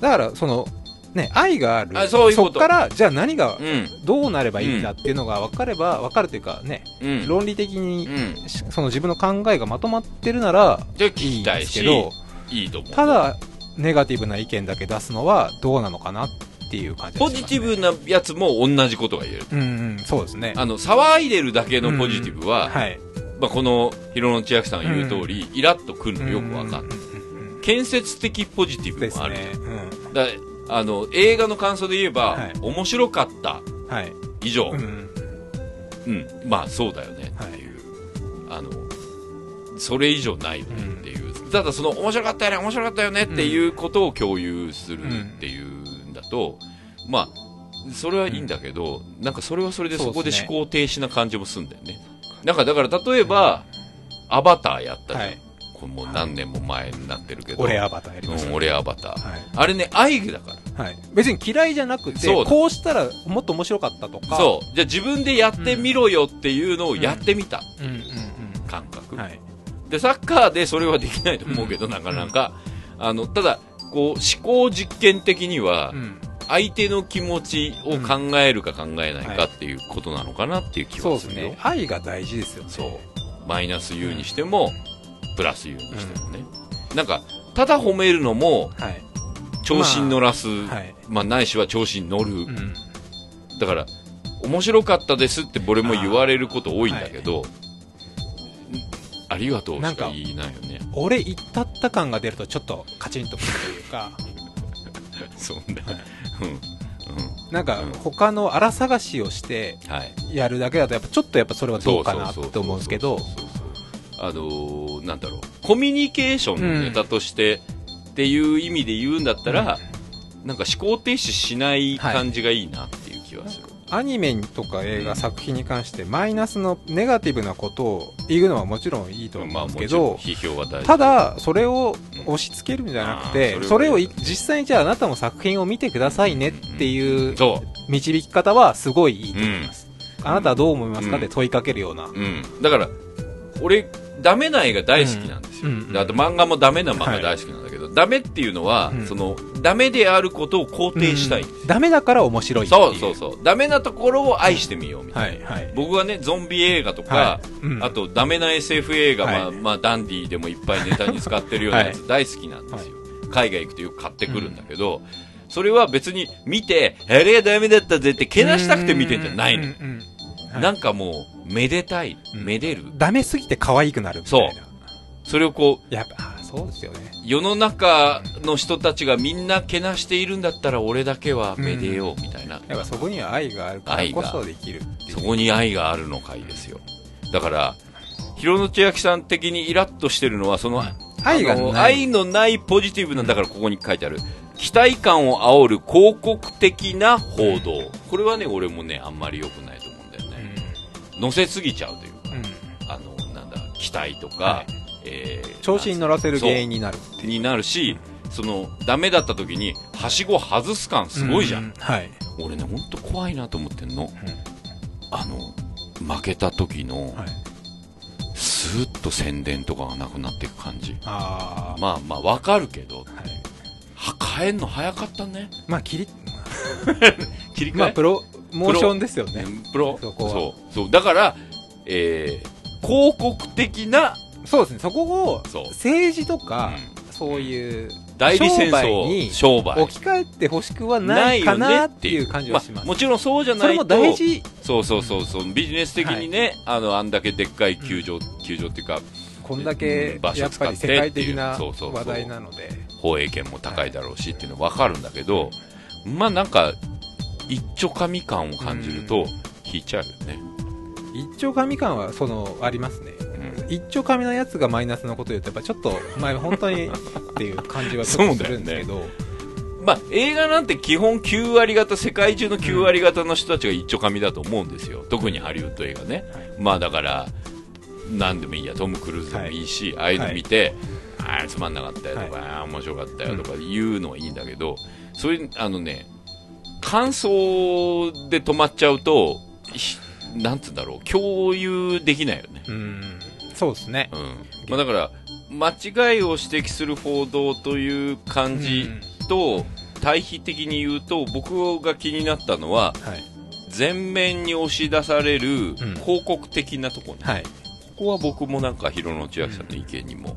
だからそのね愛がある
あそういうこと
っからじゃあ何が
うん
どうなればいいんだっていうのが分かれば分かるというかね、
うん
論理的
う
に
ん
しその自分の考えがまとまってるなら
じゃあ聞
いい
き
ん
たい
です
し
けど
いいと思う
ただネガティブな意見だけ出すのはどうなのかなっていう感じが
ポ
します
ジ
ね
ティブなやつも同じことが言える
うんうんそうですね
あの騒いでるだけのポジティブは、
はい
まあ、この広野千秋さんが言う通り、イラッとくるのよくわか
う
る
んうんうんうん
建設的ポジティブ
です
もある、
ねう
だあの映画の感想で言えば、
はい
面白かった
んはい
以上、う
うん
んまあそうだよね
はい
っていう、あのそれ以上ないよねっていう、ただその面白かったよね面白かったよねっていうことを共有するっていうんだと、まあそれはいいんだけど、なんかそれはそれで
そう
そ
っす
こで
ね
思考停止な感じもするんだよねなんかだから例えば、アバターやったじゃん、
はい
これもう何年も前になってるけど、
俺アバターやりまし
う
た
ん
ね
俺アバター、
はい
あれね愛だから
はい別に嫌いじゃなくて
そうだ
こうしたらもっと面白かったとか
そうじゃあ自分でやってみろよっていうのをやってみた
うんうん
感覚、
うんはい
でサッカーでそれはできないと思うけど、
うん
なかなか、あのただこう思考実験的には
うん
相手の気持ちを考えるか考えないかっていうことなのかなっていう気
そう
が
ですす
るよ、
ね愛が大事ですよね
そうマイナス U にしてもプラス U にしてもね、なんかただ褒めるのも
はい
調子に乗らす、まあ
はい
ないしは調子に乗る、
うん
だから面白かったですって俺も言われること多いんだけどあ,、りがとうしか言えないよね
俺行ったった感が出るとちょっとカチンとくるというか
そんな、
はい
うんうん
なんか他の荒探しをして
はい、
やるだけだとやっぱちょっとやっぱそれはどうかなと思うんですけど
そうそうそうそうあのーなんだろうコミュニケーションのネタとして、っていう意味で言うんだったら、なんか思考停止しない感じがいいなっていう気はする、
アニメとか映画作品に関してマイナスのネガティブなことを言うのはもちろんいいと
ま
思う
あ
んで
も
す
ち
け
ろん批
ど
評は大事
ただそれを押し付けるんじゃなくて、
うんあー
そ
それ
れ
は
をい実際にじゃああなたも作品を見てくださいねっていう
そ
導き方はすごいいいと思います、あなたはどう思いますか
う
っ
ん
て問いかけるような、
う、うん、だから俺ダメな映画大好きなんですよ、
うんうんうん
であと漫画もダメな漫画大好きなんだけど、ダメっていうのは、
うん
そのダメであることを肯定したい、
うんダメだから面白いっていう
そうそうそうダメなところを愛してみようみたいな、
はいはい
僕はねゾンビ映画とか、
はいうん
あとダメな SF 映画、
はい
まあまあ、ダンディでもいっぱいネタに使ってるようなや
は
つ大好きなんですよ、海外行くとよく買ってくるんだけど、それは別に見てあれがダメだったぜってけなしたくて見てんじゃないの、
うんうんうんはい
なんかもうめでたい
うん
めでる、
ダメすぎて可愛くなるみたいな
そそれをこう
やっぱあーそうですよね
世の中の人たちがみんなけなしているんだったら俺だけはめでようみたいな、
やっぱそこには愛があるからこそできるっていう
そこに愛があるのかいですよ。だから、広野千秋さん的にイラッとしてるのは、その
愛が
あの
ない
愛のないポジティブな、だからここに書いてある、期待感を煽る広告的な報道。これはね、俺もね、あんまり良くないと思うんだよね。乗せすぎちゃうというか、
うんうん
あの、なんだ、期待とか、
はい
えー
調子に乗らせる原因になる
になるし、その、ダメだった時に、はしご外す感すごいじゃん。
うはい
俺ね、ほんと怖いなと思ってんの。
う
あの、負けた時の
ん、はい
スーッと宣伝とかがなくなっていく感じ。
ああ
まあまあ、わかるけど、
ま,、はい、
は変えんの早かったね。
まあ切り
切り替え、
まあプロモーションですよね
うんプロ
そこは
そう。そう。だから、えー、広告的な、
そうですねそこを
そう
政治とか、そういう
代理戦
商売に
争、商売。
置き換えてほしくはないかなっていう感じはします、
あもちろんそうじゃないと。
それも大事
そうそうそうそう。ビジネス的にね、あの、あんだけでっかい球場、球場っていうか、
こんだ
う
け
ん場所
やっぱり世界的な
使ってっていうそうそうそう
話題なので
放映権も高いだろうしっていうのわかるんだけど、まあなんか、一丁紙感を感じると、引いちゃうよね。
一丁紙感はそのありますね
うん
一丁紙のやつがマイナスのこと言うとやっぱちょっと前本当にっていう感じはちょっとするんですけど
まあ、映画なんて基本9割方、世界中の9割方の人たちが一丁紙だと思うんですよ。特にハリウッド映画ね。まあだから、何でもいいや、トム・クルーズでもいいし、ああいうの見て、ああ、つまんなかったよとか、
は
ああ、面白かったよとか言うのはいいんだけど、そういう、あのね、感想で止まっちゃうと、ひなんつうんだろう、共有できないよね。
うんそうですね
うん。まあだから、間違いを指摘する報道という感じ、
うん
と対比的に言うと僕が気になったのは
はい
全面に押し出される広告的なところ、ね
はい
ここは僕もなんか広野千秋さんの意見にも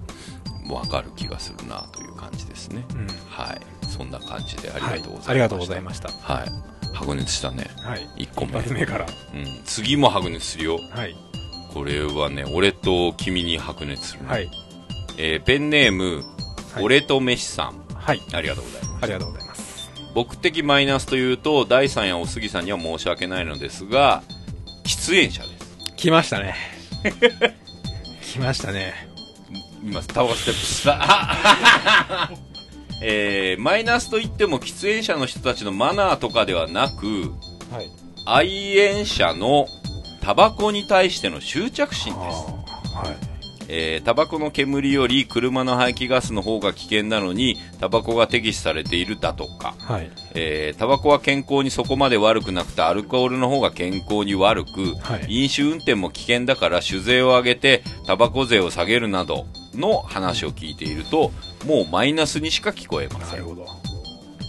分かる気がするなという感じですね、
うん
はいそんな感じであり
は
が
い
とうございました、
ありがとうございました
はい白熱したね
はい
1個
一
目、
発目から
うん、次も白熱するよ
はい
これはね俺と君に白熱するね、
はい
えーペンネーム、
はい
俺と飯さん
はい
ありがとうございます
ありがとうございます
僕的マイナスというと大さんやお杉さんには申し訳ないのですが喫煙者です
来ました ね来ましたね
今タワーステップしたあ えーマイナスといっても喫煙者の人たちのマナーとかではなく
はい
愛煙者のタバコに対しての執着心です
はい
えータバコの煙より車の排気ガスの方が危険なのにタバコが敵視されているだとか
はい
えータバコは健康にそこまで悪くなくてアルコールの方が健康に悪く、
はい
飲酒運転も危険だから酒税を上げてタバコ税を下げるなどの話を聞いているともうマイナスにしか聞こえません、
ほど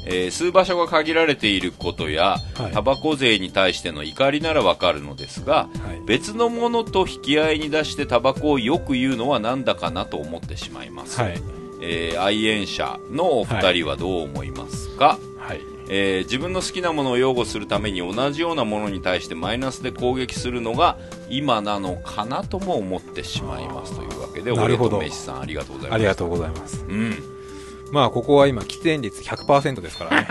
えー吸う場所が限られていることや、
はい
タバコ税に対しての怒りならわかるのですが、
はい
別のものと引き合いに出してタバコをよく言うのはなんだかなと思ってしまいます、
はい
えー愛煙者のお二人はどう思いますか、
はい
えー自分の好きなものを擁護するために同じようなものに対してマイナスで攻撃するのが今なのかなとも思ってしまいますというわけで
なるほど
俺と飯さんありがとうございます
ありがとうございます
うん
まあここは今喫煙率100%ですからね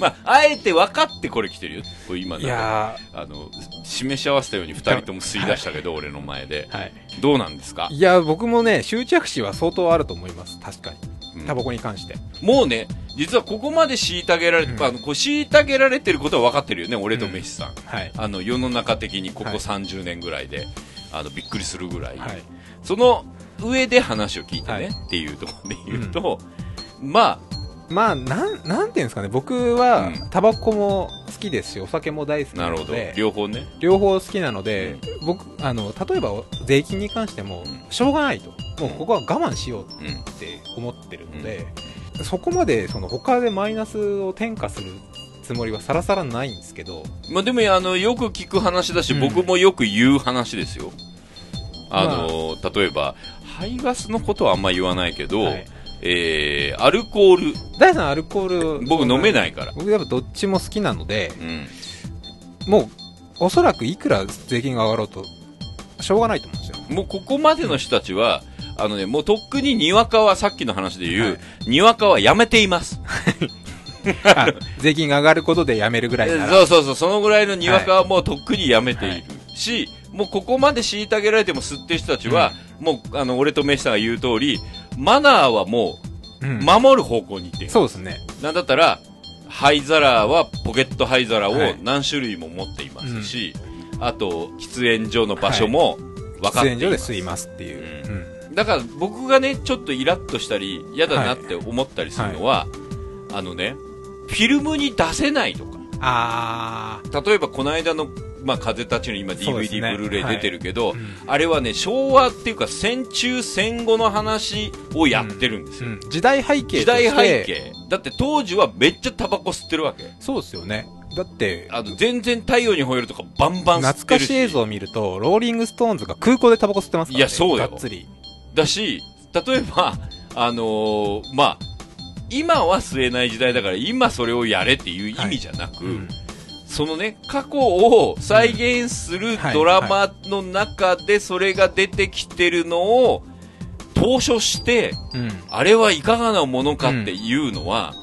まあ、あえて分かってこれ来てるよこれ今なん
い
か
や
あの示し合わせたように2人とも吸い出したけど俺の前で
ーはい
どうなんですか、
いや僕もね執着心は相当あると思います確かに
うん
タバコに関して、
もうね実はここまで虐げられて、
うん
まああのこう虐げられてることは分かってるよね俺と飯さん、
はい
あの世の中的にここ
はい
30年ぐらいで、あのびっくりするぐらい、
はい
その上で話を聞いてね、
はい
っていうところで言うと、ま
まあなんなんていうんですかね僕は
うん
タバコも好きですしお酒も大好
あ
き
な
な
るほ
の
ど
で
両方ね
両方好きなので、僕あの例えば税金に関しても
うん
しょうがないともうここは我慢しよう
うん
って思ってるので、そこまでその他でマイナスを転嫁するつもりはさらさらないんですけど
まあ、でもあのよく聞く話だし、
うん
僕もよく言う話ですよあの、例えば排ガスのことはあんま言わないけど、
はい
えーアルコー
第3アルコー
ル
ル
僕飲め
い
ないから、
僕やっぱどっちも好きなので
うん、
もうおそらくいくら税金が上がろうとしょうがないと思うん ですよ
もうここまでの人たちは、あのね、もうとっくににわかは、さっきの話で言う、
はい
にわかはやめています。
あ税金が上がることでやめるぐらいなら
そうそうそう、そのぐらいのにわかはもうとっくにやめているし、もうここまで虐げられても吸ってる人たちは、もう、あの、俺とメシさんが言う通り、マナーはもう、
うん
守る方向にいってる、
そうですね。
なんだったら、灰皿はポケット灰皿を
はい
何種類も持っていますし、あと、喫煙所の場所も分か
喫
ってい
煙所で
ます。
吸いますっていう。
う
うんん。
だから僕がね、ちょっとイラッとしたり、嫌だなって思ったりするのは、あのね、フィルムに出せないとか。
あ
例えばこの間の、まあ、風たちの今
そうです
DVD、
ね
ブルーレイ出てるけど、
はいうん
あれはね、昭和っていうか戦中戦後の話をやってるんです
ー、
よ。
うん。時代背景として
時代背。景。だって当時はめっちゃタバコ吸ってるわけ。
そうですよね。だって、
あの、全然太陽に吠えるとかバンバン吸っ
懐
て
か
るし。
しい映像を見ると、ローリングストーンズが空港でタバコ吸ってますから、ね。
いやそうよ
がっつり。
だし、例えば、 あのーまあ、今は吸えない時代だから今それをやれっていう意味じゃなく、
うん。
そのね、過去を再現するドラマの中でそれが出てきてるのを投書して、
うん。
あれはいかがなものかっていうのは、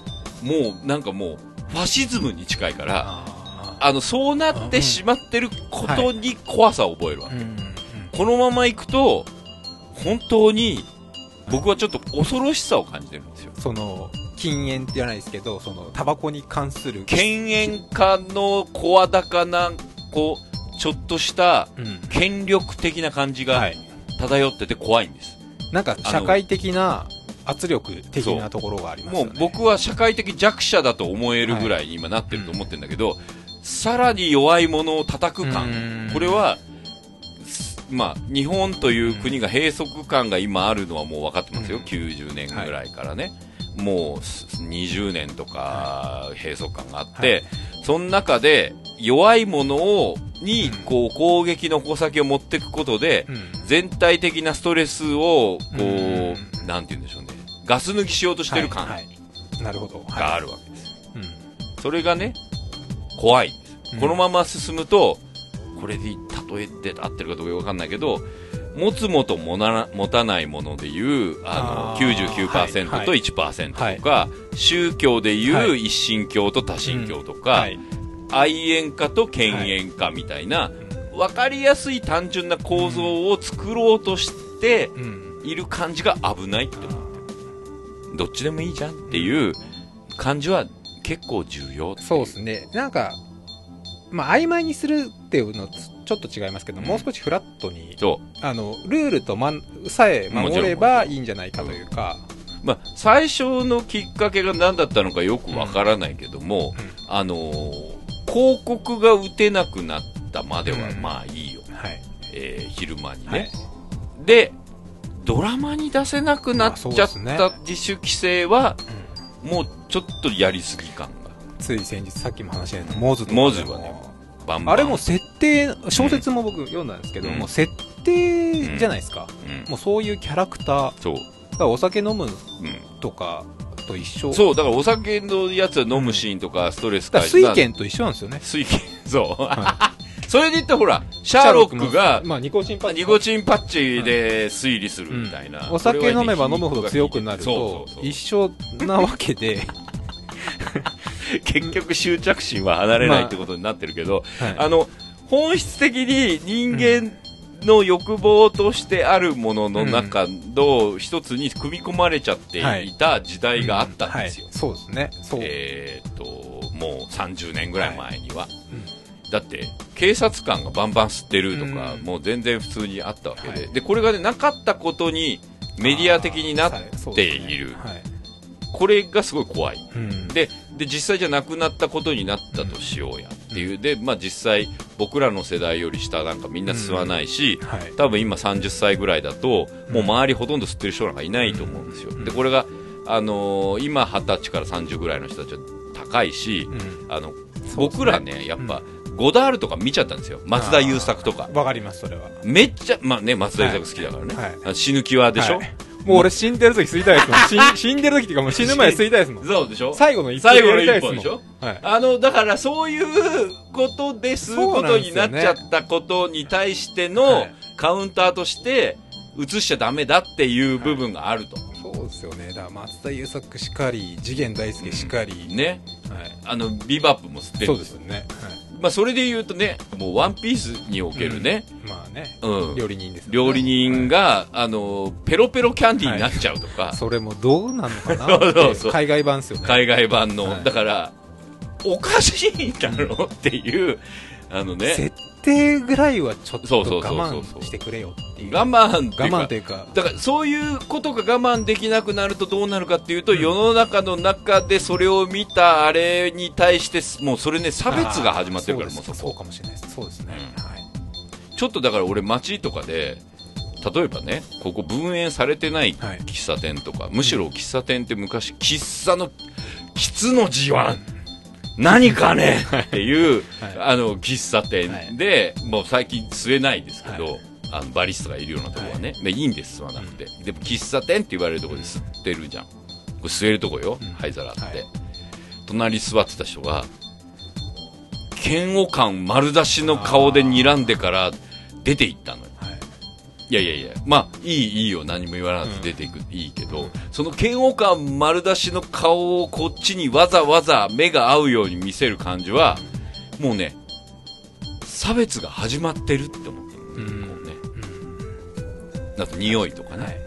もうなんかもうファシズムに近いから、
あ
あの、そうなってしまってることに怖さを覚えるわ
ーう。んうん。
このまま行くと、本当に僕はちょっと恐ろしさを感じてるんですよ。
その、禁煙って言わないですけど、その、タバコに関する。
犬猿家の声高な、こう、ちょっとした
うん。
権力的な感じ
は
が
い。
漂ってて怖いんです。
なんか、社会的な圧力的
そう
なところがあります
も
よ
う
ね。
僕は社会的弱者だと思えるぐらいに今なってると思ってるんだけど、さらに弱いものを叩く
う
感
ん、
これは、すまあ、日本という国が閉塞感が今あるのはもう分かってますよ。
うん
90年ぐらいからね。もうす20年とか閉塞感があって、その中で弱いものを、に
うん、
こう攻撃の矛先を持っていくことで、
うん。
全体的なストレスを、こ
う
う、なんて言うんでしょうね。ガス抜きしようとしてる感
はいはいなるほど。はい
があるわけですよ。
うん。
それがね、怖いんです。
うん
このまま進むと、これで例えて合ってるかどうかわかんないけど、持つもともなら持たないものでいう、あの、
あーは
99%
い
と
はい
1%とか、宗教でい
は
う一神教と多神教とか、
はい。
愛煙家と犬猿家みたいな、わかりやすい単純な構造を作ろうとして
うん。
いる感じが危ないって思うどっちでもいいじゃんっていう感じは結構重要ってい
そうですね。なんか、まあ、曖昧にするっていうのとちょっと違いますけど、
うん
もう少しフラットに、
そう
あの、ルールとまんさえ
も
守
ちろん
ればいいんじゃないかというか、
まあ、最初のきっかけが何だったのかよくわからないけども、あのー広告が打てなくなったまでは
うん
まあいいよ、
はい。
えー昼間にね、
はい。
でドラマに出せなくなっちゃっ
まあそうですね
た自主規制は、もうちょっとやりすぎ感が
つい先日、さっきも話し合ったモズとかで
モズはねバンバン
あれも設定、小説も僕読んだんですけど、
うん
もう設定じゃないですか。
うん
もうそういうキャラクター、
そう、
だからお酒飲む
う
とかと一緒。
ん、そうだからお酒のやつは飲むシーンとかストレス
だ
解
から
消
水拳と一緒なんですよね。
水拳そう、
は
それで言ったらほらシャーロックが
まあ、ニコチンパ
ニコチンパッチで推理するみたいな、
お酒飲めば飲むほど強くなる
そ
と
うそうそう
一緒なわけで、
結局執着心は離れないってことになってるけど、
は
あの本質的に人間の欲望としてあるものの中の一つに組み込まれちゃっていた時
い
代があったんですよ、
はいそうですねそう、
えーっともう30年ぐらい前には、
う
だって警察官がバンバン吸ってるとか、
うん
もう全然普通にあったわけで,、
はい
でこれが、ね、なかったことに
ん
メディア的になっ
あーそう
て
ですね
いる、
はい
これがすごい怖い
うん
でで実際じゃなくなったことになったとしようやっていう、で、まあ、実際僕らの世代より下なんかみんな吸わないし、
はい
多分今30歳ぐらいだと
うん
もう周りほとんど吸ってる人なんかいないと思うんですよ、
うん
でこれが、あのー今20歳から30ぐらいの人たちは高いし、
うん
あの
そうですね
僕らねやっぱ、ゴダールとか見ちゃったんですよ松田優作とか
わかりますそれは
めっちゃまあね松田優作好きだからね、
はいはい
あの死ぬ気はでしょ、
はいもう俺死んでる時吸いたいですも ん死ん死んでる時っていうかもう死ぬ前吸いたいですもん
そうでしょ
最後の一本
最後の
やり
一
たい
本
で
ですし
も
ょ
んはい
あの、だからそういうことで吸うことになっちゃったことに対して
そうなん
の
ですよ
カウンターとして映しちゃダメだっていう部分があると。
そうですよねだから松田優作しかり次元大介しかり、
ね。
はい、
あの、ビバップも吸って
そう
る
で。すよね、はい
まあそれで言うとね、もうワンピースにおけるね、
うんまあね、
うん
料理人ですよね
料理人が、あの、ペロペロキャンディーになっちゃうとか、
それもどうなのか
そうそ
な
うそう
海外版ですよね
海外版の、
はい
だから、おかしいだろっていう、あのね、
設定ぐらいはちょっと
そ
我
うそうそうそう
慢してくれよっていう
我慢っていう
我慢
か
と、いうか
だからそういうことが我慢できなくなるとどうなるかっていうと、世の中の中でそれを見たあれに対して、もうそれね、差別が始まってるから、
あー
もう
そ
そ
うですそう
こ。
かもしれないですそうですね、
うん
はい
ちょっとだから俺街とかで、例えばね、ここ分園されてない
はい
喫茶店とか、むしろ喫茶店って昔、喫茶の、喫の字は、何か ねっていう、
はい
あの、喫茶店で、もう最近吸えないですけど、あのバリスタがいるようなとこはね、でいいんです、吸わなくて。でも喫茶店って言われるとこで吸ってるじゃん。これ吸えるとこよ、
うん
灰皿って。
はい
隣座ってた人が、嫌悪感丸出しの顔で睨んでから出て行ったのよ。
はい
いやいやいや、まあ、いい、いいよ、何も言わなくて出ていく、いいけど、その嫌悪感丸出しの顔をこっちにわざわざ目が合うように見せる感じは、もうね、差別が始まってるって思ってる、
うん
こうね。
うん
だって匂いとかね。
はい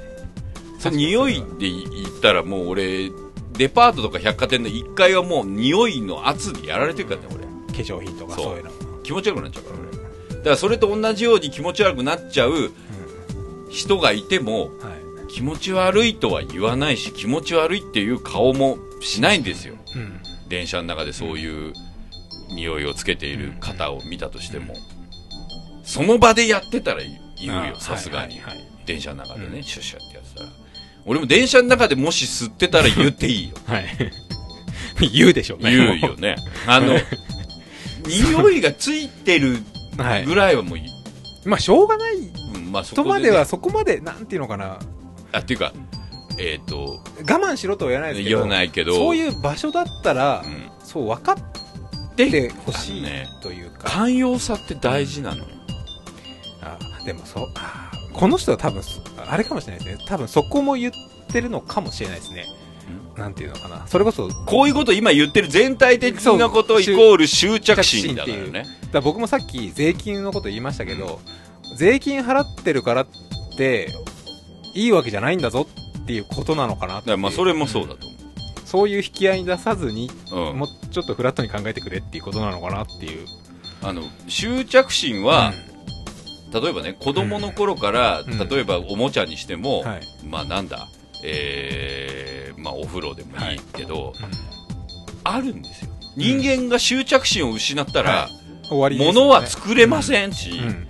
その匂いで言ったらもう俺、デパートとか百貨店の1階はもう匂いの圧にやられてるからね、俺。
化粧品とか
そう
そういうの
気持ち悪くなっちゃうから俺だからそれと同じように気持ち悪くなっちゃう人がいても
はい
気持ち悪いとは言わないし気持ち悪いっていう顔もしないんですよ
うん
電車の中でそういう匂いをつけている方を見たとしてもその場でやってたら言う
あ
よ
ー
さすがに
はいはいはい
電車の中で
う
ね
ん
シュッシュってやってたら俺も電車の中でもし吸ってたら言っていいよ
はい 言うでしょうね
言うよねあ の匂いがついてる
はい
ぐらいはもうい
まあしょうがない
うんまあそ
と
こ
ま
でね
ではそこまでなんていうのかな
あっていうか、えっ、と、
我慢しろとは言わないですけど
言わないけど、
そういう場所だったら、
うん
そう分かってほしい
あのね
というか、
寛容さって大事なのよ。
あでもそうあこの人は多分そあれかもしれないですね多分そこも言ってるのかもしれないですねなんていうのかなそれこそだか
こういうこと今言ってる全体的なことイコール執着心だからね。
ら僕もさっき税金のこと言いましたけど、税金払ってるからっていいわけじゃないんだぞっていうことなのかなっ
だか
てい
ら
う
まあそれもそうだと
そういう引き合いに出さずに、
思う。うん。
もうちょっとフラットに考えてくれっていうことなのかなっていう
あの、執着心は、例えばね、子供の頃から、
うん
例えばおもちゃにしても、
はい
まあなんだ、えー、まあお風呂でもいいけど、
うん
あるんですよ。人間が執着心を失ったら、
終わりですよね
物は作れませんし、
うんうんうん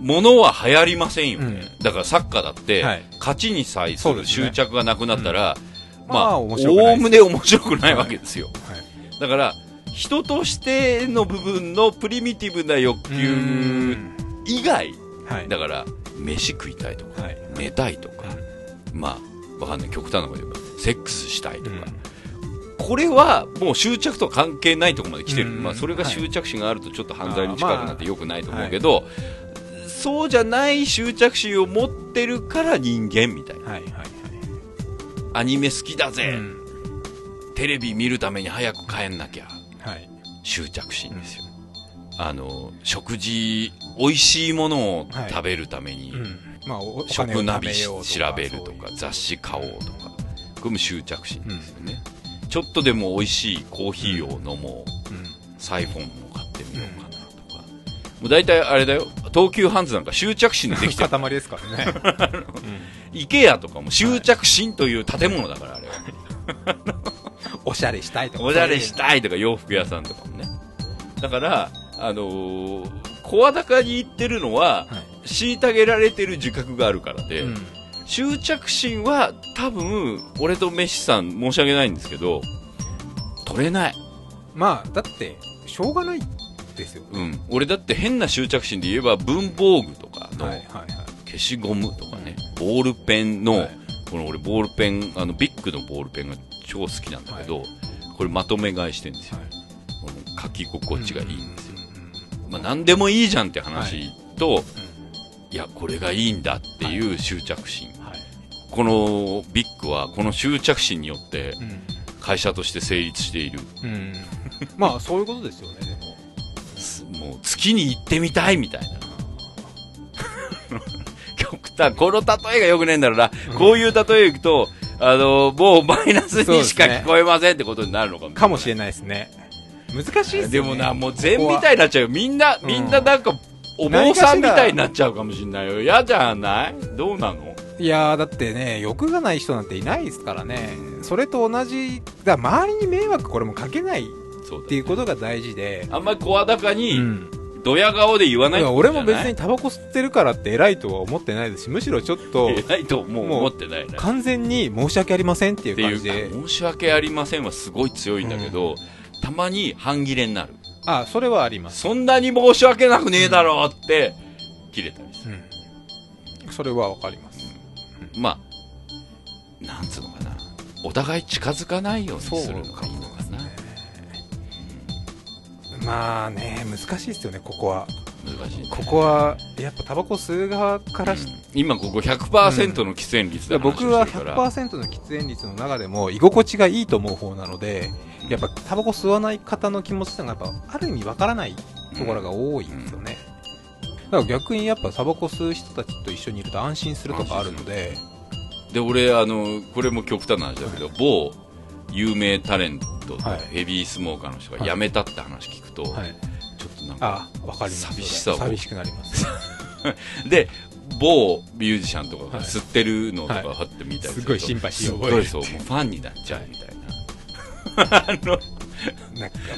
物は流行りませんよね、だからサッカーだって、
はい
勝ちにさえす
そう
る
ですね
執着がなくなったら、
ん
ま
ま
あ
あ
お
面白くないです
おむね面白くないわけですよ、
はい
だから人としての部分のプリミティブな欲求以外
はい
だから飯食いたいとか、
はい
寝たいとか、まあわかんない極端なこと言えばセックスしたいとか、これはもう執着とは関係ないところまで来てる、
うん
まあ、それが執着心があるとちょっと犯罪に近くなってよくないと思う
はい
けど、そうじゃない執着心を持ってるから人間みたいな
はいはいはい
アニメ好きだぜ、
うん
テレビ見るために早く帰んなきゃ
はい
執着心ですよ、あの食事美味しいものを食べるために、
うんまあおお金を
食ナビ
貯め
し
よう
調べるとか
そういう
雑誌買おうとかこれも執着心ですよね、ちょっとでも美味しいコーヒーを飲もう、サイフォンを買ってみようかなとか、もう大体あれだよ東急ハンズなんか執着心で
う
で
ん
き てる
塊ですからね
IKEA とかも執着心という建物だからあれは
おしゃれしたいとか
おしゃれしたいとか洋服屋さんとかもねだからあのー声高に言ってるのは
はい
虐げられてる自覚があるからで、
うん
執着心は多分俺とメッシさん申し訳ないんですけど取れない
まあだってしょうがないですよ
う
ね
ん俺だって変な執着心で言えば文房具とかの、
はいはいはい
消しゴムとかね、ボールペンの、
はい
この俺ボールペン、あのビッグのボールペンが超好きなんだけど、これまとめ買いしてんですよ。
はい
この書き心地がいいんですよ。
うん
まあ何でもいいじゃんって話と、い、
う
や、これがいいんだっていう執着心。
んはい
このビッグはこの執着心によって会社として成立している。
うんうんまあそういうことですよねでも
もう月に行ってみたいみたいな。 極端、この例えがよくねえんだろうな、こういう例えいくと、あのもうマイナスにしか聞こえませんってことになるのかも
かもしれないですね難しいっす
で
よね
もな、もう全みたいになっちゃうよ。みんな、みんななんか、お坊さんみたいになっちゃうかもしんないよ。嫌じゃないどうなの
いやーだってね欲がない人なんていないですからねそれと同じだから周りに迷惑これもかけないっ
そうだ
てい
ね
うことが大事で、
あんまり声高
う
に、
ん、
ドヤ顔で言わないってことじ
俺
ゃな
も
い
別にタバコ吸ってるからって偉いとは思ってないですしむしろちょっと
偉いともう
もう
思ってないね。っ
完全に申し訳ありませんっていう
て
感じ
い
で
うか、申し訳ありませんはすごい強いんだけど、たまに半切れになる。
あそれはあります、
そんなに申し訳なくねえだろうって、切れたりする。
うん、それはわかります
まあ、なんつうのかな。お互い近づかないようにするのがいいのかな。
まあね難しいですよねここは
難しいね。
ここはやっぱタバコ吸う側からし
今ここ100%の喫煙率だ、
僕は
100%
100%の喫煙率の中でも居心地がいいと思う方なのでやっぱタバコ吸わない方の気持ちってのがやっぱある意味わからないところが多いんですよね、だから逆にやっぱタバコ吸う人たちと一緒にいると安心するとかあるので
で俺あのこれも極端な話だけど、某有名タレントと
はい
ヘビースモーカーの人が
はい
辞めたって話聞くと、
はい
ちょっとなんか
あわかります
寂しさを
寂しくなります
で某ミュージシャンとか
は
が
い
吸ってるのとか
はい
はって見たり
すごい心配し
す
よ
っ
う
ごいそうもうファンになっちゃうみたい
なんか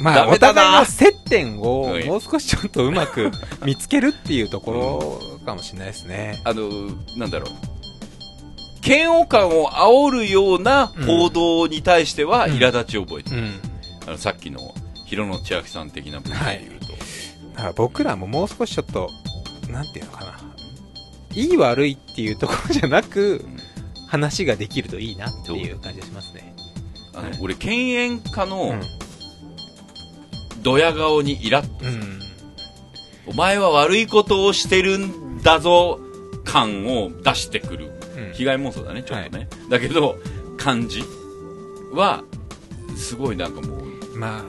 ま
ダ
あ、お
メだな
互いの接点を
うん
もう少しちょっとうまく見つけるっていうところかもしれないです ね。
なあのなんだろう嫌悪感を煽るような報道に対しては
うん
苛立ちを覚えて
う
る、
ん。
あのさっきの広野千秋さん的な部分で言うと、
だから僕らももう少しちょっと、なんていうのかな。いい悪いっていうところじゃなく
ん、
話ができるといいなっていう感じがしますね。
あの俺犬猿家
う
の
ん。
ドヤ顔にイラッと、
うん。
お前は悪いことをしてるんだぞ感を出してくる
うん
被害妄想だねちょっとね、だけど感じはすごいなんかもう、
ま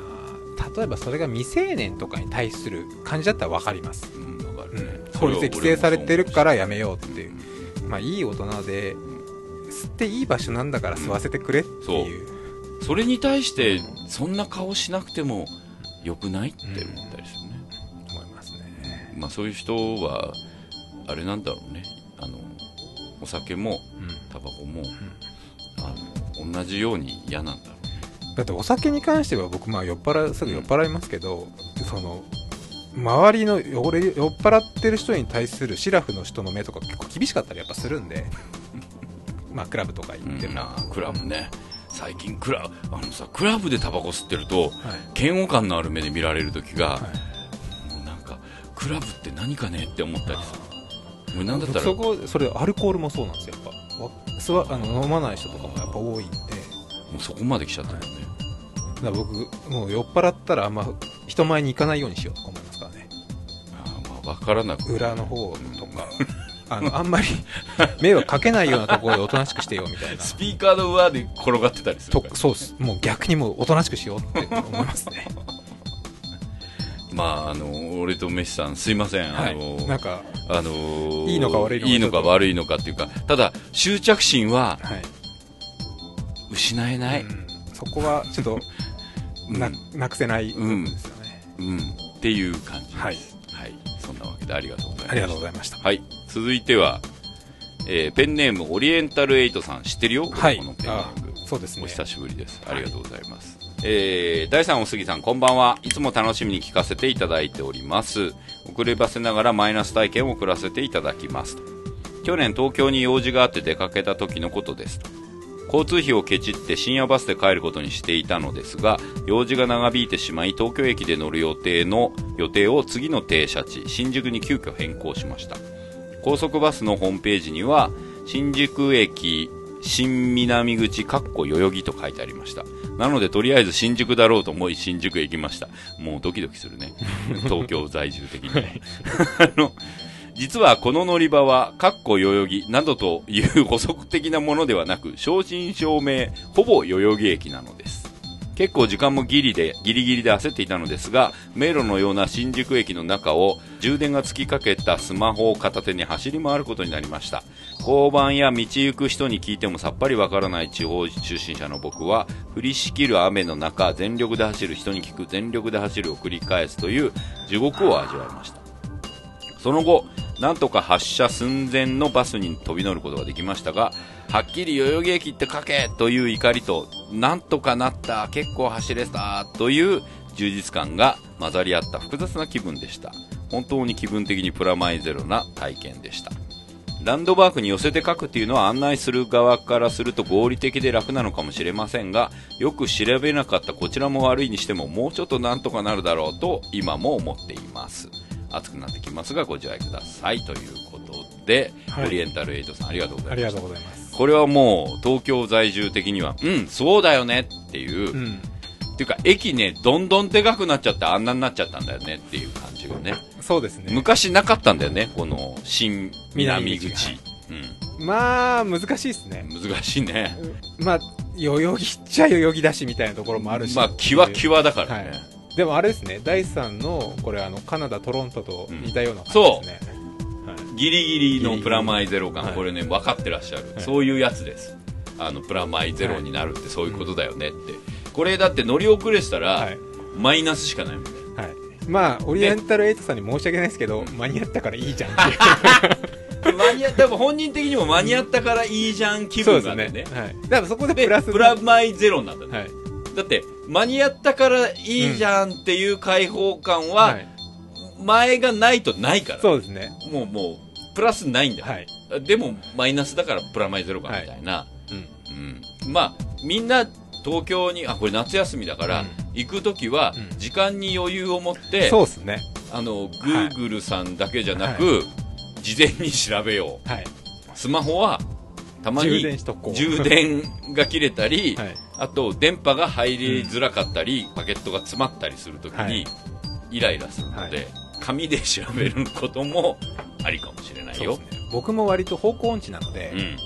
あ、例えばそれが未成年とかに対する感じだったらわかります。
うん、分かる
う
ね
ん、
そ
法
れは
律
俺
で
も
規制されてるからやめ
う
ようっていう、まあ、いい大人で吸っていい場所なんだから吸わせてくれっていう,、
それに対してそんな顔しなくてもよくないって思ったりするね、
思いますね、
まあそういう人はあれなんだろうねあのお酒も
うん、
タバコも、あの同じように嫌なんだろうね
だってお酒に関しては僕まあ酔っ払うすぐ酔っ払いますけど、その周りの俺酔っ払ってる人に対するシラフの人の目とか結構厳しかったりやっぱする んでまあクラブとか行ってるな、
クラブね最近クラあのさクラブでタバコ吸ってると
はい
嫌悪感のある目で見られる時が、
は
もうなんかクラブって何かねって思ったりする俺なんだった
僕
ら
そこそれアルコールもそうなんですよやっぱわすわあの飲まない人とかもやっぱ多いんで
もうそこまで来ちゃったよね
だから僕もう酔っ払ったらあんま人前に行かないようにしようとか思いますからね
あーまあ分からなく
裏の方とかあのあ んまり迷惑かけないようなところでおとなしくしてよみたいな
スピーカーの上で転がってたりする
と
から
そうっすもう逆にもうおとなしくしようって思います ね
まああの俺とメシさんすいません、
は
あの
いなんか
あの
いいのか悪いのか
いいのか悪いのかっていうかただ執着心は
はい、
失えない、
うんそこはちょっと
うん
な,、なくせない部分ですよね、
うん、っていう感じです。
はい。
はい。そんなわけでありがとうございます。
ありがとうございました
はい。続いては、えーペンネームオリエンタルエイトさん知ってるよ
はい
このペンネーム
あ。そうですね
お久しぶりです。ありがとうございます。えー、第3お杉さん、こんばんは。いつも楽しみに聞かせていただいております。遅ればせながらマイナス体験を送らせていただきます。去年東京に用事があって出かけた時のことです。交通費をケチって深夜バスで帰ることにしていたのですが、用事が長引いてしまい、東京駅で乗る予定の予定を次の停車地、新宿に急遽変更しました。高速バスのホームページには、新宿駅新南口かっこ代々木と書いてありました。なので、とりあえず新宿だろうと思い、新宿へ行きました。もうドキドキするね。東京在住的にね。 あの、実はこの乗り場は、かっこ代々木などという補足的なものではなく、正真正銘、ほぼ代々木駅なのです。結構時間もギリで、ギリギリで焦っていたのですが、迷路のような新宿駅の中を充電が尽きかけたスマホを片手に走り回ることになりました。交番や道行く人に聞いてもさっぱりわからない地方出身者の僕は、降りしきる雨の中、全力で走る、人に聞く、全力で走るを繰り返すという地獄を味わいました。その後、なんとか発車寸前のバスに飛び乗ることができましたが、はっきり代々木駅って書けという怒りと、なんとかなった、結構走れたという充実感が混ざり合った複雑な気分でした。本当に気分的にプラマイゼロな体験でした。ランドマークに寄せて書くっていうのは案内する側からすると合理的で楽なのかもしれませんが、よく調べなかったこちらも悪いにしてももうちょっとなんとかなるだろうと今も思っています。暑くなってきますがご自愛くださいということで、
はい
オリエンタルエイトさんありがとうござ
あ
い
り
ま
が
し
と
た
う。ございます
これはもう東京在住的には、うん、そうだよねっていう、
う
っ
ん
ていうか駅ね、どんどんでかくなっちゃってあんなになっちゃったんだよねっていう感じがね。
そうですね
昔なかったんだよね、この新南
南
口。
口まあ難しいですね
うん、難しいね。
まあ代々木っちゃ代々木だしみたいなところもあるし
まあ、キワキワだからね。
はいでもあれですね第3のこれあのカナダトロントと似たような感じですね、はい
ギリギリのプラマイゼロ感、
はい
これね、分かってらっしゃる、
はい
そういうやつです。あの、プラマイゼロになるってそういうことだよねって。これだって乗り遅れてたら、
はい
マイナスしかないもんね。
はいまあオリエンタルエイトさんに申し訳ないですけど、間に合ったからいいじゃんっていう
間に合多分本人的にも間に合ったからいいじゃん気分がねね、
はい、だからそこで
で
プ
プラ
ラス
マイゼロになった、ね
はい
だって間に合ったからいいじゃんっていう解放感は、
はい、
前がないとないから
そうですね
もうもうプラスないんだ、
はい、
でもマイナスだからプラマイゼロかみたいな、うん、まあみんな東京にあこれ夏休みだから、
うん
行く時は
うん
時間に余裕を持って、
そうですね
あの Google さんだけじゃなく、事前に調べよう
はい
スマホはたま
充
に
電しとこう
充電が切れたり、
はい
あと電波が入りづらかったり、パケットが詰まったりするとき
は
に
い
イライラするので、
はい
紙で調べることもありかもしれない
そう
よ
ですね僕も割と方向音痴なので、
う,、ん、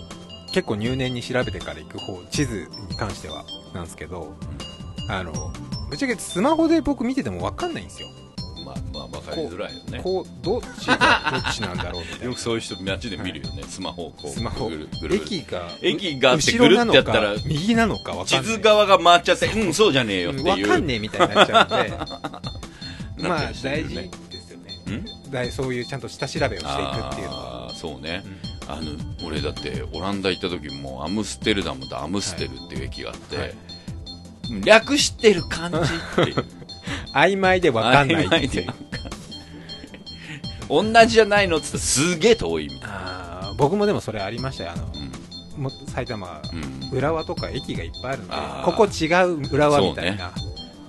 結構入念に調べてから行く方地図に関してはなんですけど、あのぶっちゃけスマホで僕見てても分かんないんですよ、
まあまあ分かりづらいよね
こうどっちがどっちなんだろうみたい
よ
な
くそういう人街で見るよね、スマホをこう
スマホ
ぐるぐるぐる
駅が
駅があって
後
ぐ
ろ
る
な
っ
の
て
か
やったら
右なのか分かんな
地
い
図側が回っちゃってうんそうじゃねえよって
分
いう
かんねえみたいになっちゃ うんで
なって
まあ
る人い
大
る
事
ね
ですよね
うん
だいそういうちゃんと下調べをしていくっていうのは
あーそうね、
うん
あの俺だってオランダ行った時もアムステルダムとアムステルっていう駅があって、
はい
略してる感じって いう
曖昧で分かんないってい
曖昧で
う
わ同じじゃないのっつったらすげえ遠いみたいな、
あー僕もでもそれありましたよあの
う
も埼玉
んうん、
浦和とか駅がいっぱいあるので
あー
ここ違う浦和みたいな、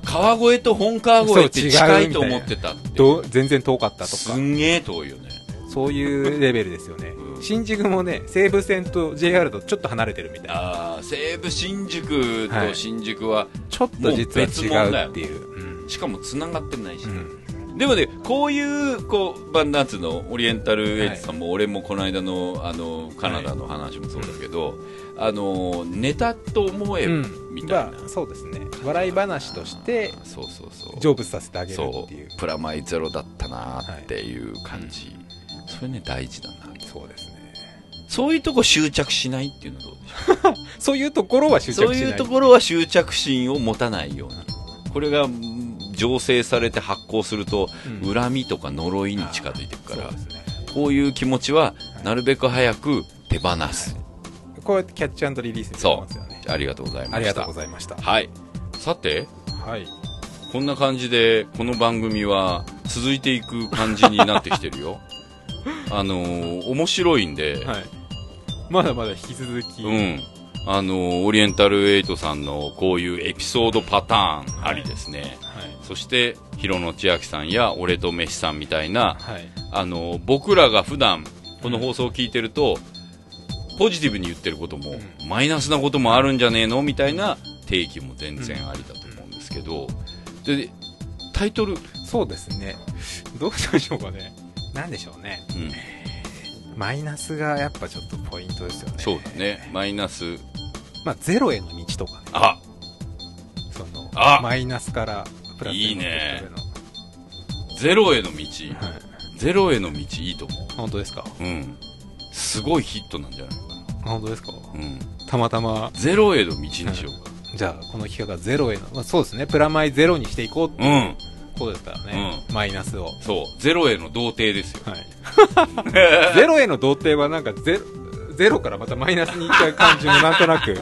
川越と本川越って近いと思ってたって
どう全然遠かったと
す
か
んげえ遠いよね
そういうレベルですよね、
うん
新宿もね西武線と JR とちょっと離れてるみたいな
ああ西武新宿
は
と
い
新宿は、
ちょっと実は違うっていううん
しかも繋がってないし、
うん
でもね、こういう、こう、バンダーツのオリエンタルエイジさんも、俺もこの間の、あの、カナダの話もそうだけど、あの、ネタと思え
う
ば、
ん
みたいな。
まあそうですね笑い話として
そうそうそう。
成仏させてあげる
そ
っていう
う。プラマイゼロだったなっていう感じ。それね、大事だな。
そうですね
そういうとこ執着しないっていうのはどうでしょ
そういうところは執
う
着しない
そういうところは執着心を持たないように。これが、うん醸成されて発行すると、
うん
恨みとか呪いに近づいていくから
そう、ですね
こういう気持ちは
はい
なるべく早く手放す。
こうやってキャッチリリースになり
そ
ますよね
う。ありがとうございました。
ありがとうございました
はい。さて、
はい
こんな感じで、この番組は続いていく感じになってきてる よ。あのー面白いんで、
はいまだまだ引き続き、
うん。あのーオリエンタルエイトさんのこういうエピソードパターンありですね。
はい
そして、広野千秋さんや俺と飯さんみたいな、
はい
あの僕らが普段この放送を聞いてると、ポジティブに言ってることも、
う
マイナスなこともあるんじゃねえのみたいな定義も全然ありだと思うんですけど、でタイトル、うん
そうですねどうしましょうかねなんでしょうねマイナスがやっぱちょっとポイントですよね
そうだねマイナス
まあゼロへの道とかね
あ
その
あ
マイナスからプラスに
いいね
持っていく
ゼロへの道、
ためのはい
ゼロへの道いいと思
本当ですか
う。うん。すごいヒットなんじゃないか
本当ですか
な。うん。
たまたま
ゼロへの道にしようか。
じゃあこの企画がゼロへの、まあ、そうですねプラマイゼロにしていこうって
う。
いうんことですからね、マイナスを
そう。ゼロへの童貞ですよ。
はいゼロへの童貞はなんかゼロゼロからまたマイナスにいっちゃう感じもなんとなく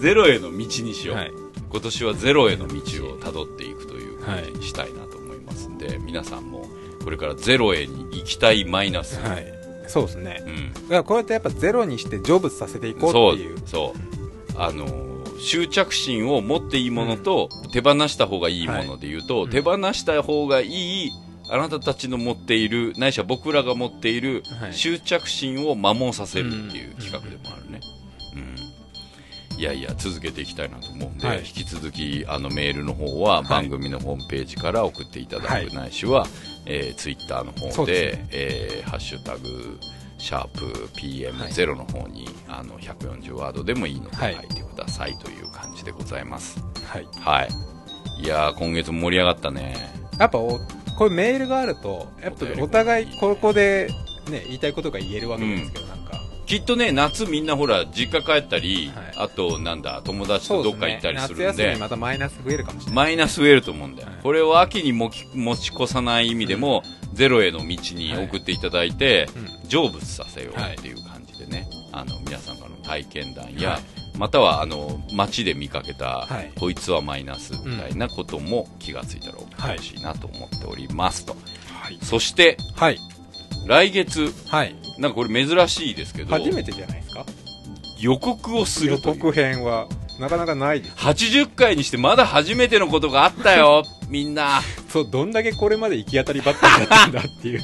ゼロへの道にしよう。
はい
今年はゼロへの道をたどっていくという感じにしたいなと思いますんで、皆さんもこれからゼロへに行きたいマイナス。
はいそうですね
うん。
だからこうやってやっぱゼロにして成仏させていこ
そう
っていう
うそうあのー執着心を持っていいものと、手放した方がいいもので言うと、
いうん
手放した方がいいあなたたちの持っているないしは僕らが持っている
はい
執着心を摩耗させるっていう企画でもあるね、うん、いやいや続けていきたいなと思うんで、
はい
引き続きあのメールの方は番組のホームページから送っていただく、
はい
ないしは、えー、ツイッターの方
そう
で
ですね
えーハッシュタグシャープ PM0 の方に、あの140ワードでもいいので書
はいい
てくださいという感じでございます
はい
はい、い、やー今月も盛り上がったね
やっぱおこういうメールがあるとやっぱお互いここで、ね、言いたいことが言えるわけですけど、なんか
きっとね夏みんなほら実家帰ったり、
はい
あとなんだ友達
そ
と
うで
ど
す
っか行
ね
ったりす
夏
るん
休
で
みにまたマイナス増えるかもしれない
マイナス増えると思うんだよ、
はい
これを秋にもき持ち越さない意味でも、ゼロへの道に送っていただいて、
う
成仏させようっていう感じでね、あの皆さんからの体験談や、またはあの街で見かけた、
はい
こいつはマイナスみたいなことも気がついたら送ってほしいなと思っておりますと、
はい
そして
はい、
来月
はい、
なんかこれ珍しいですけど
初めてじゃないですか
予告をす
予
るという
告編はなかなかないです
80回にしてまだ初めてのことがあったよみんな
そうどんだけこれまで行き当たりばったりだったんだっていう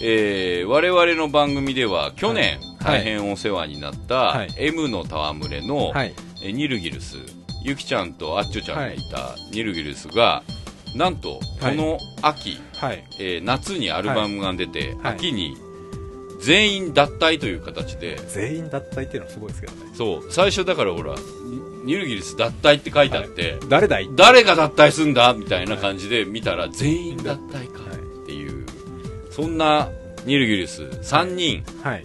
えー我々の番組では去年
は
大
い
変お世話になっ
は
た
い
M の戯れの、
はい
えーニルギルスゆきちゃんとあっちょちゃんがいたニルギルスがなんとこ
はい
の秋、
はい
えー夏にアルバムが出て、
はい
秋に全員脱退という形で
全員脱退っていうのはすごいですけどね
そう最初だからほらニニルギルス脱退って書いてあって、
誰だい
誰が脱退すんだみたいな感じで見たら全員脱退かっていう、そんなニルギルス3人、
はい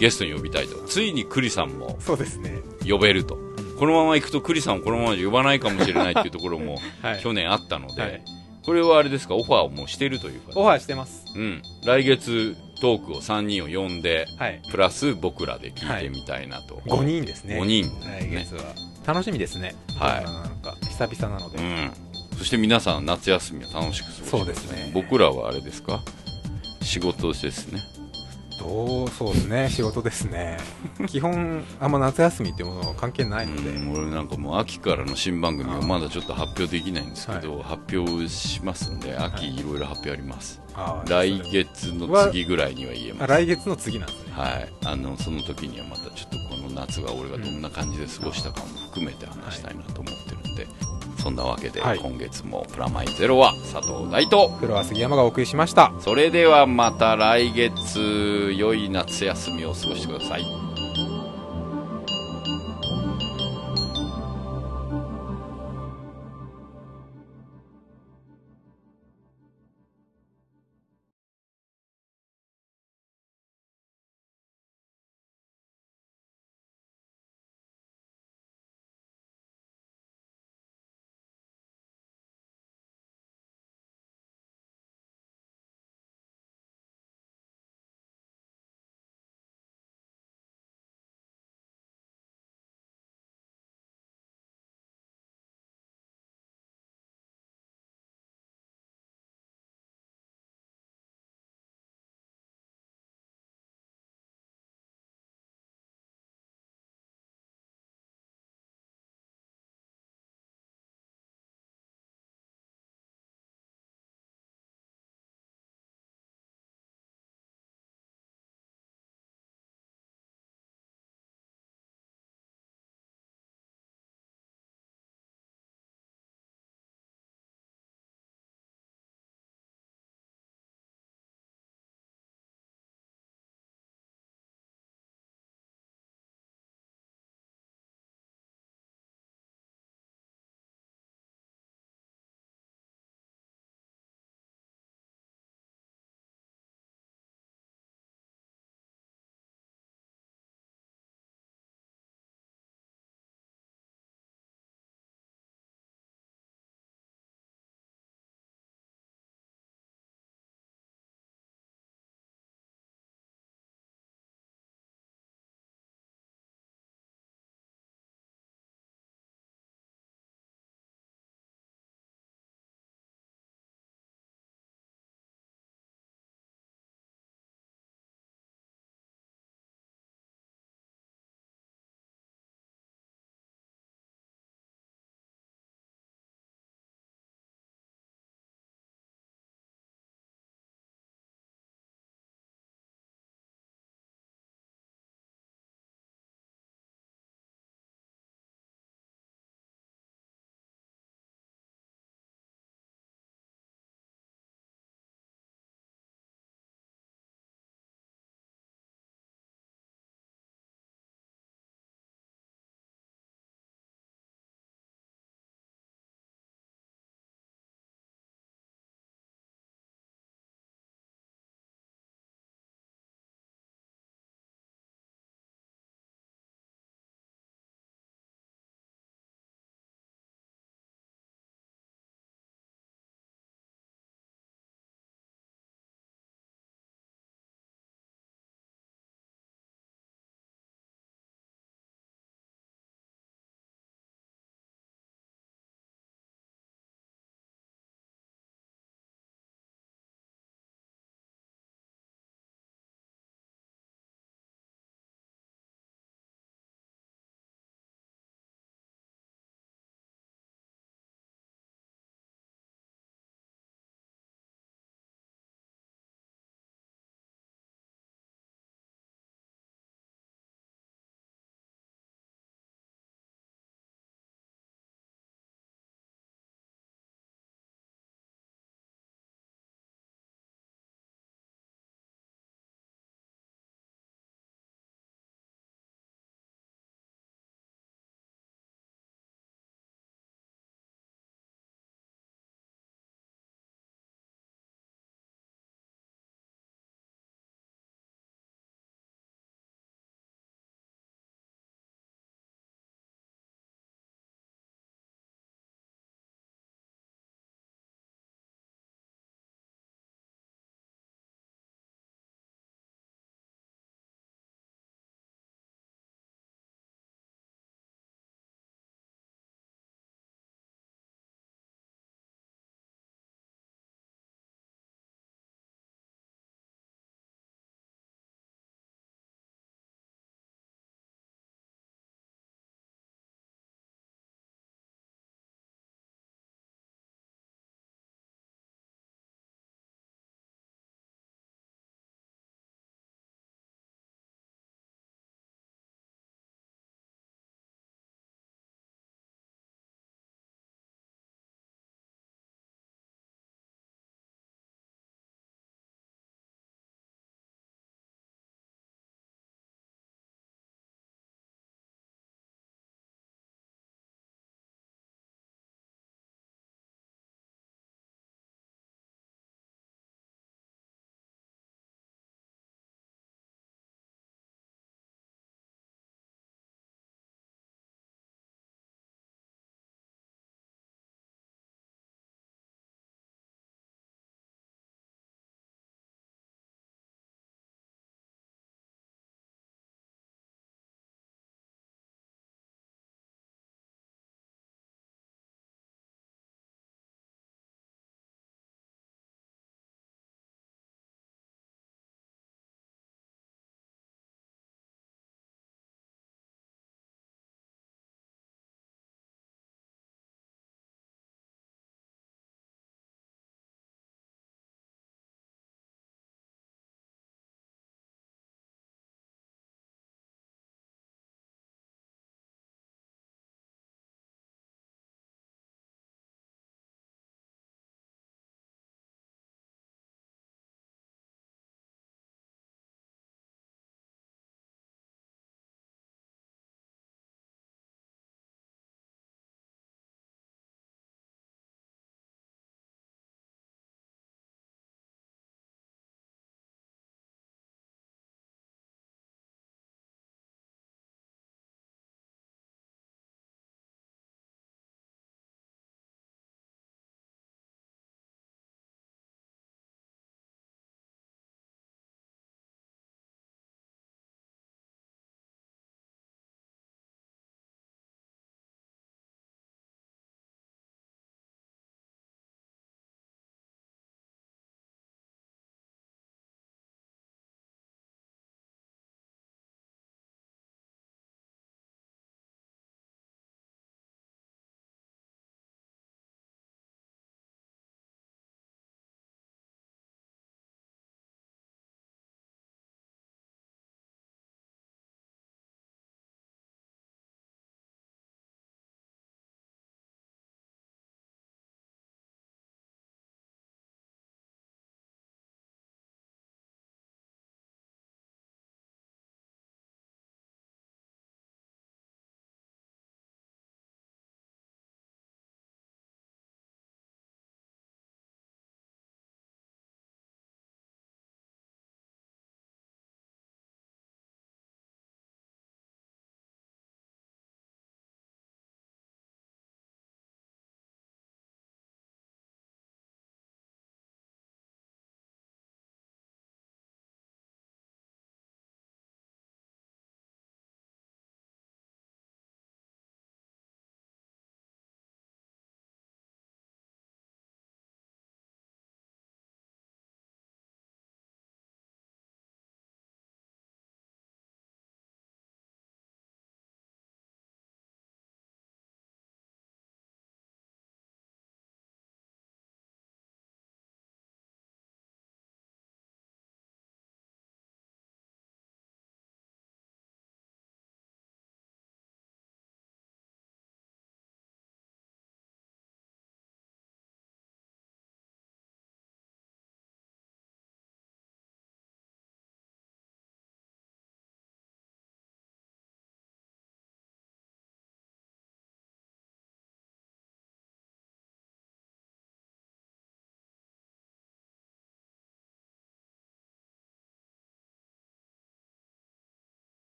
ゲストに呼びたいとついに栗さんも
そうですね
呼べるとこのまま行くと栗さんをこのままじゃ呼ばないかもしれないっていうところも
はい
去年あったので、
はい
これはあれですかオファーをもうしてるという
オ
か、
ファーしてます
うん、来月トークを3人を呼んで
はい
プラス僕らで聞いてみたいなと、
5人ですね
5人
来月は、楽しみですね
はい
なんか久々なので、
うん、そして皆さん夏休みを楽しく過ごして
そうですね
僕らはあれですか仕事ですね
どうそうですね仕事です ね基本あんま夏休みっていうものは関係ないので、
うん、俺なんかもう秋からの新番組はまだちょっと発表できないんですけど、発表しますんで秋いろいろ発表あります、
あー
来月の次ぐらいには言え
あ
ます
来月の次なんですね
はい、あのその時にはまたちょっとこの夏が俺がどんな感じで過ごしたかも含めて話したいなと思ってるんで、そんなわけで
はい
今月も「プラマイゼロ」は佐藤大と
フロア杉山がお送りしました
それではまた来月良い夏休みを過ごしてください